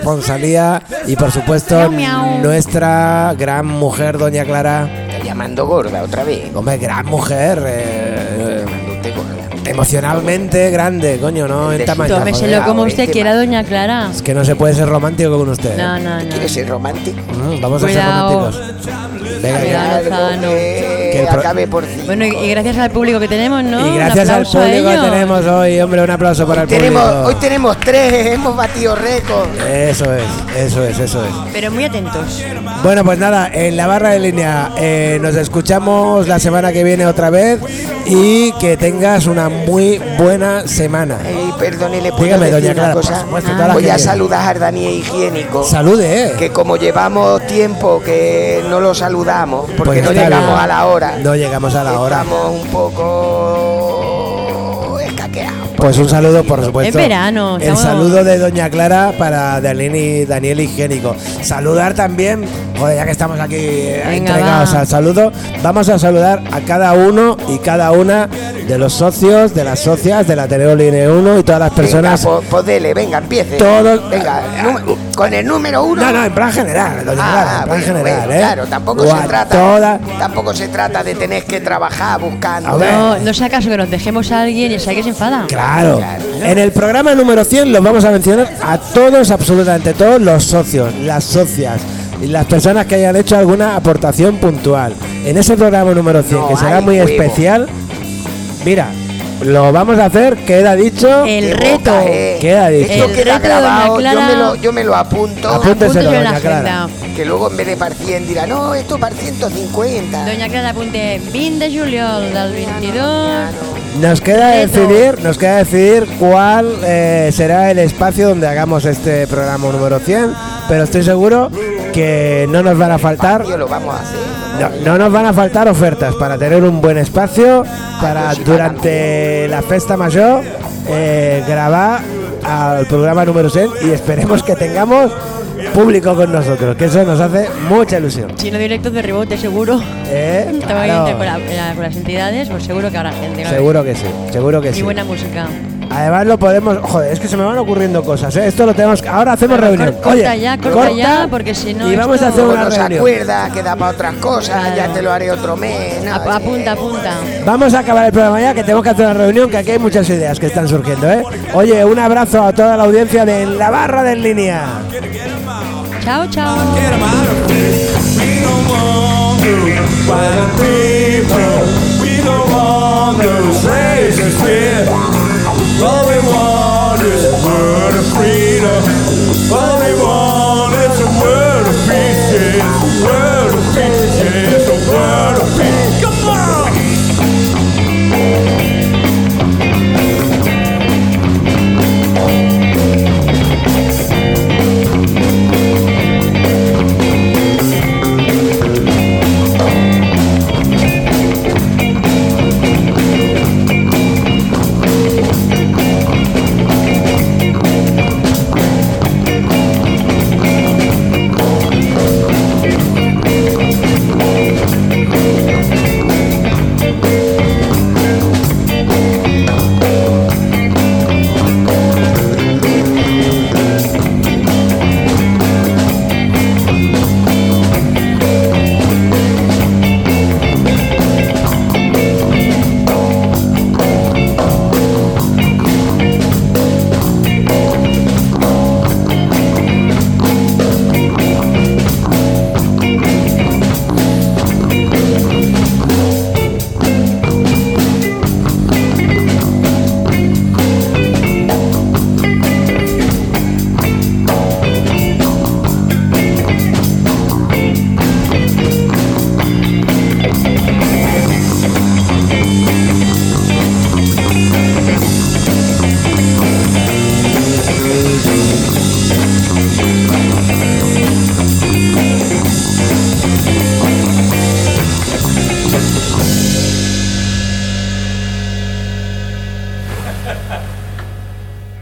Speaker 1: corresponsalía y por supuesto
Speaker 2: Miau, miau.
Speaker 1: nuestra gran mujer Doña Clara.
Speaker 3: Está llamando gorda otra vez.
Speaker 1: Hombre, gran mujer. eh,
Speaker 3: Llamando usted gorda.
Speaker 1: emocionalmente grande, coño, ¿no? En tamaño.
Speaker 2: Tómeselo
Speaker 1: joder.
Speaker 2: como
Speaker 3: Ahora,
Speaker 2: usted
Speaker 3: este
Speaker 2: quiera,
Speaker 3: mal.
Speaker 2: doña Clara.
Speaker 1: Es que no se puede ser romántico con usted. ¿eh?
Speaker 2: No, no, no.
Speaker 3: ¿Quieres ser romántico?
Speaker 1: Mm, Vamos
Speaker 2: Cuidado.
Speaker 1: a ser románticos. Venga, que-
Speaker 2: Cuidado,
Speaker 3: Algo
Speaker 2: Zano.
Speaker 3: que
Speaker 1: Que el pro-
Speaker 3: acabe por cinco.
Speaker 2: Bueno, y, y gracias al público que tenemos, ¿no?
Speaker 1: Y
Speaker 2: Un
Speaker 1: gracias al
Speaker 2: aplauso a
Speaker 1: público que
Speaker 2: ellos.
Speaker 1: tenemos hoy, hombre, un aplauso para el
Speaker 3: tenemos, hoy
Speaker 1: público.
Speaker 3: tenemos tres, hemos batido récord.
Speaker 1: Eso es, eso es, eso es.
Speaker 2: Pero muy atentos.
Speaker 1: Bueno, pues nada, en la barra de línea eh, nos escuchamos la semana que viene otra vez y que tengas una muy buena semana.
Speaker 3: Ey,
Speaker 2: Oh.
Speaker 3: perdone, le puedo
Speaker 1: Dígame,
Speaker 3: decir
Speaker 1: doña
Speaker 3: una
Speaker 1: Clara, por
Speaker 3: cosa.
Speaker 1: supuesto, todas las
Speaker 3: Voy
Speaker 1: que
Speaker 3: a
Speaker 1: quiera.
Speaker 3: saludar a Daniel Higiénico.
Speaker 1: Salude, eh.
Speaker 3: que como llevamos tiempo que no lo saludamos, porque
Speaker 1: Pues
Speaker 3: no
Speaker 1: está
Speaker 3: llegamos
Speaker 1: bien.
Speaker 3: a la hora,
Speaker 1: No llegamos a la hora.
Speaker 3: estamos un poco escaqueados.
Speaker 1: Pues un saludo, por supuesto.
Speaker 2: Es verano,
Speaker 1: El
Speaker 2: estamos-
Speaker 1: saludo de Doña Clara para Daniel, y Daniel Higiénico. Saludar también, joder, ya que estamos aquí eh,
Speaker 2: Venga,
Speaker 1: entregados
Speaker 2: va.
Speaker 1: al saludo, vamos a saludar a cada uno y cada una de los socios, de las socias, de la Ateneo Línea 1 y todas las personas.
Speaker 3: Venga, po- pues dele, venga, empiece.
Speaker 1: Todo-
Speaker 3: Venga, nu- con el número uno.
Speaker 1: no, no, en plan general, Doña Clara,
Speaker 3: Ah,
Speaker 1: en plan
Speaker 3: bueno,
Speaker 1: general,
Speaker 3: bueno,
Speaker 1: ¿eh?
Speaker 3: claro, tampoco
Speaker 1: O
Speaker 3: se
Speaker 1: a
Speaker 3: trata,
Speaker 1: todas-
Speaker 3: tampoco se trata de tener que trabajar buscando. ¿eh?
Speaker 1: A ver.
Speaker 2: No, no sea caso que nos dejemos a alguien y sea que se enfada.
Speaker 1: Claro. En el programa número 100 los vamos a mencionar a todos, absolutamente todos los socios, las socias y las personas que hayan hecho alguna aportación puntual. En ese programa número 100,
Speaker 3: No
Speaker 1: que será
Speaker 3: hay
Speaker 1: muy
Speaker 3: huevo.
Speaker 1: especial, mira, lo vamos a hacer, queda dicho.
Speaker 2: El
Speaker 3: Qué
Speaker 2: reto.
Speaker 3: boca, eh.
Speaker 1: Queda dicho.
Speaker 3: Esto
Speaker 2: El
Speaker 3: queda
Speaker 2: reto de Doña
Speaker 3: grabado, yo
Speaker 2: Clara-
Speaker 3: me lo, yo me lo apunto.
Speaker 1: Apunta. Apúnteselo,
Speaker 2: Apúntelo en la
Speaker 1: doña Clara.
Speaker 2: agenda.
Speaker 3: Que luego en vez de par 100 dirá, no, esto par 150.
Speaker 2: Doña Clara, apunte 20 de juliol del 22.
Speaker 1: Nos queda
Speaker 2: Reto.
Speaker 1: decidir, nos queda decidir cuál eh, será el espacio donde hagamos este programa número 100, pero estoy seguro que no nos van a faltar
Speaker 3: Tío, lo vamos a hacer.
Speaker 1: No, no nos van a faltar ofertas para tener un buen espacio para
Speaker 3: pues sí,
Speaker 1: durante la festa mayor eh, grabar al programa número 100 y esperemos que tengamos público con nosotros, que eso nos hace mucha ilusión.
Speaker 2: Si no directos de rebote, seguro.
Speaker 1: ¿Eh?
Speaker 2: Estaba ahí
Speaker 1: Claro,
Speaker 2: entre- con, la- eh, con las entidades, pues seguro que habrá gente. claro.
Speaker 1: seguro que sí, seguro que
Speaker 2: Y
Speaker 1: sí.
Speaker 2: buena música.
Speaker 1: Además lo podemos, joder, es que se me van ocurriendo cosas, ¿eh? esto lo tenemos, ahora hacemos
Speaker 2: Bueno,
Speaker 1: reunión.
Speaker 2: cor- corta ya, corta ya, porque si no
Speaker 1: Y vamos
Speaker 2: esto-
Speaker 1: a hacer
Speaker 3: Luego
Speaker 1: una
Speaker 3: no se
Speaker 1: reunión.
Speaker 3: acuerda, queda para otras cosas, ya
Speaker 2: Claro.
Speaker 3: te lo haré otro mes. no,
Speaker 2: Ap-
Speaker 3: sí.
Speaker 2: apunta, apunta.
Speaker 1: Vamos a acabar el programa ya, que tenemos que hacer una reunión, que aquí hay muchas ideas que están surgiendo, ¿eh? Oye, un abrazo a toda la audiencia de La Barra de En Línea.
Speaker 2: Chao, chao.
Speaker 5: Get 'em out of here. We don't want to fight the people. We don't want to raise this fear.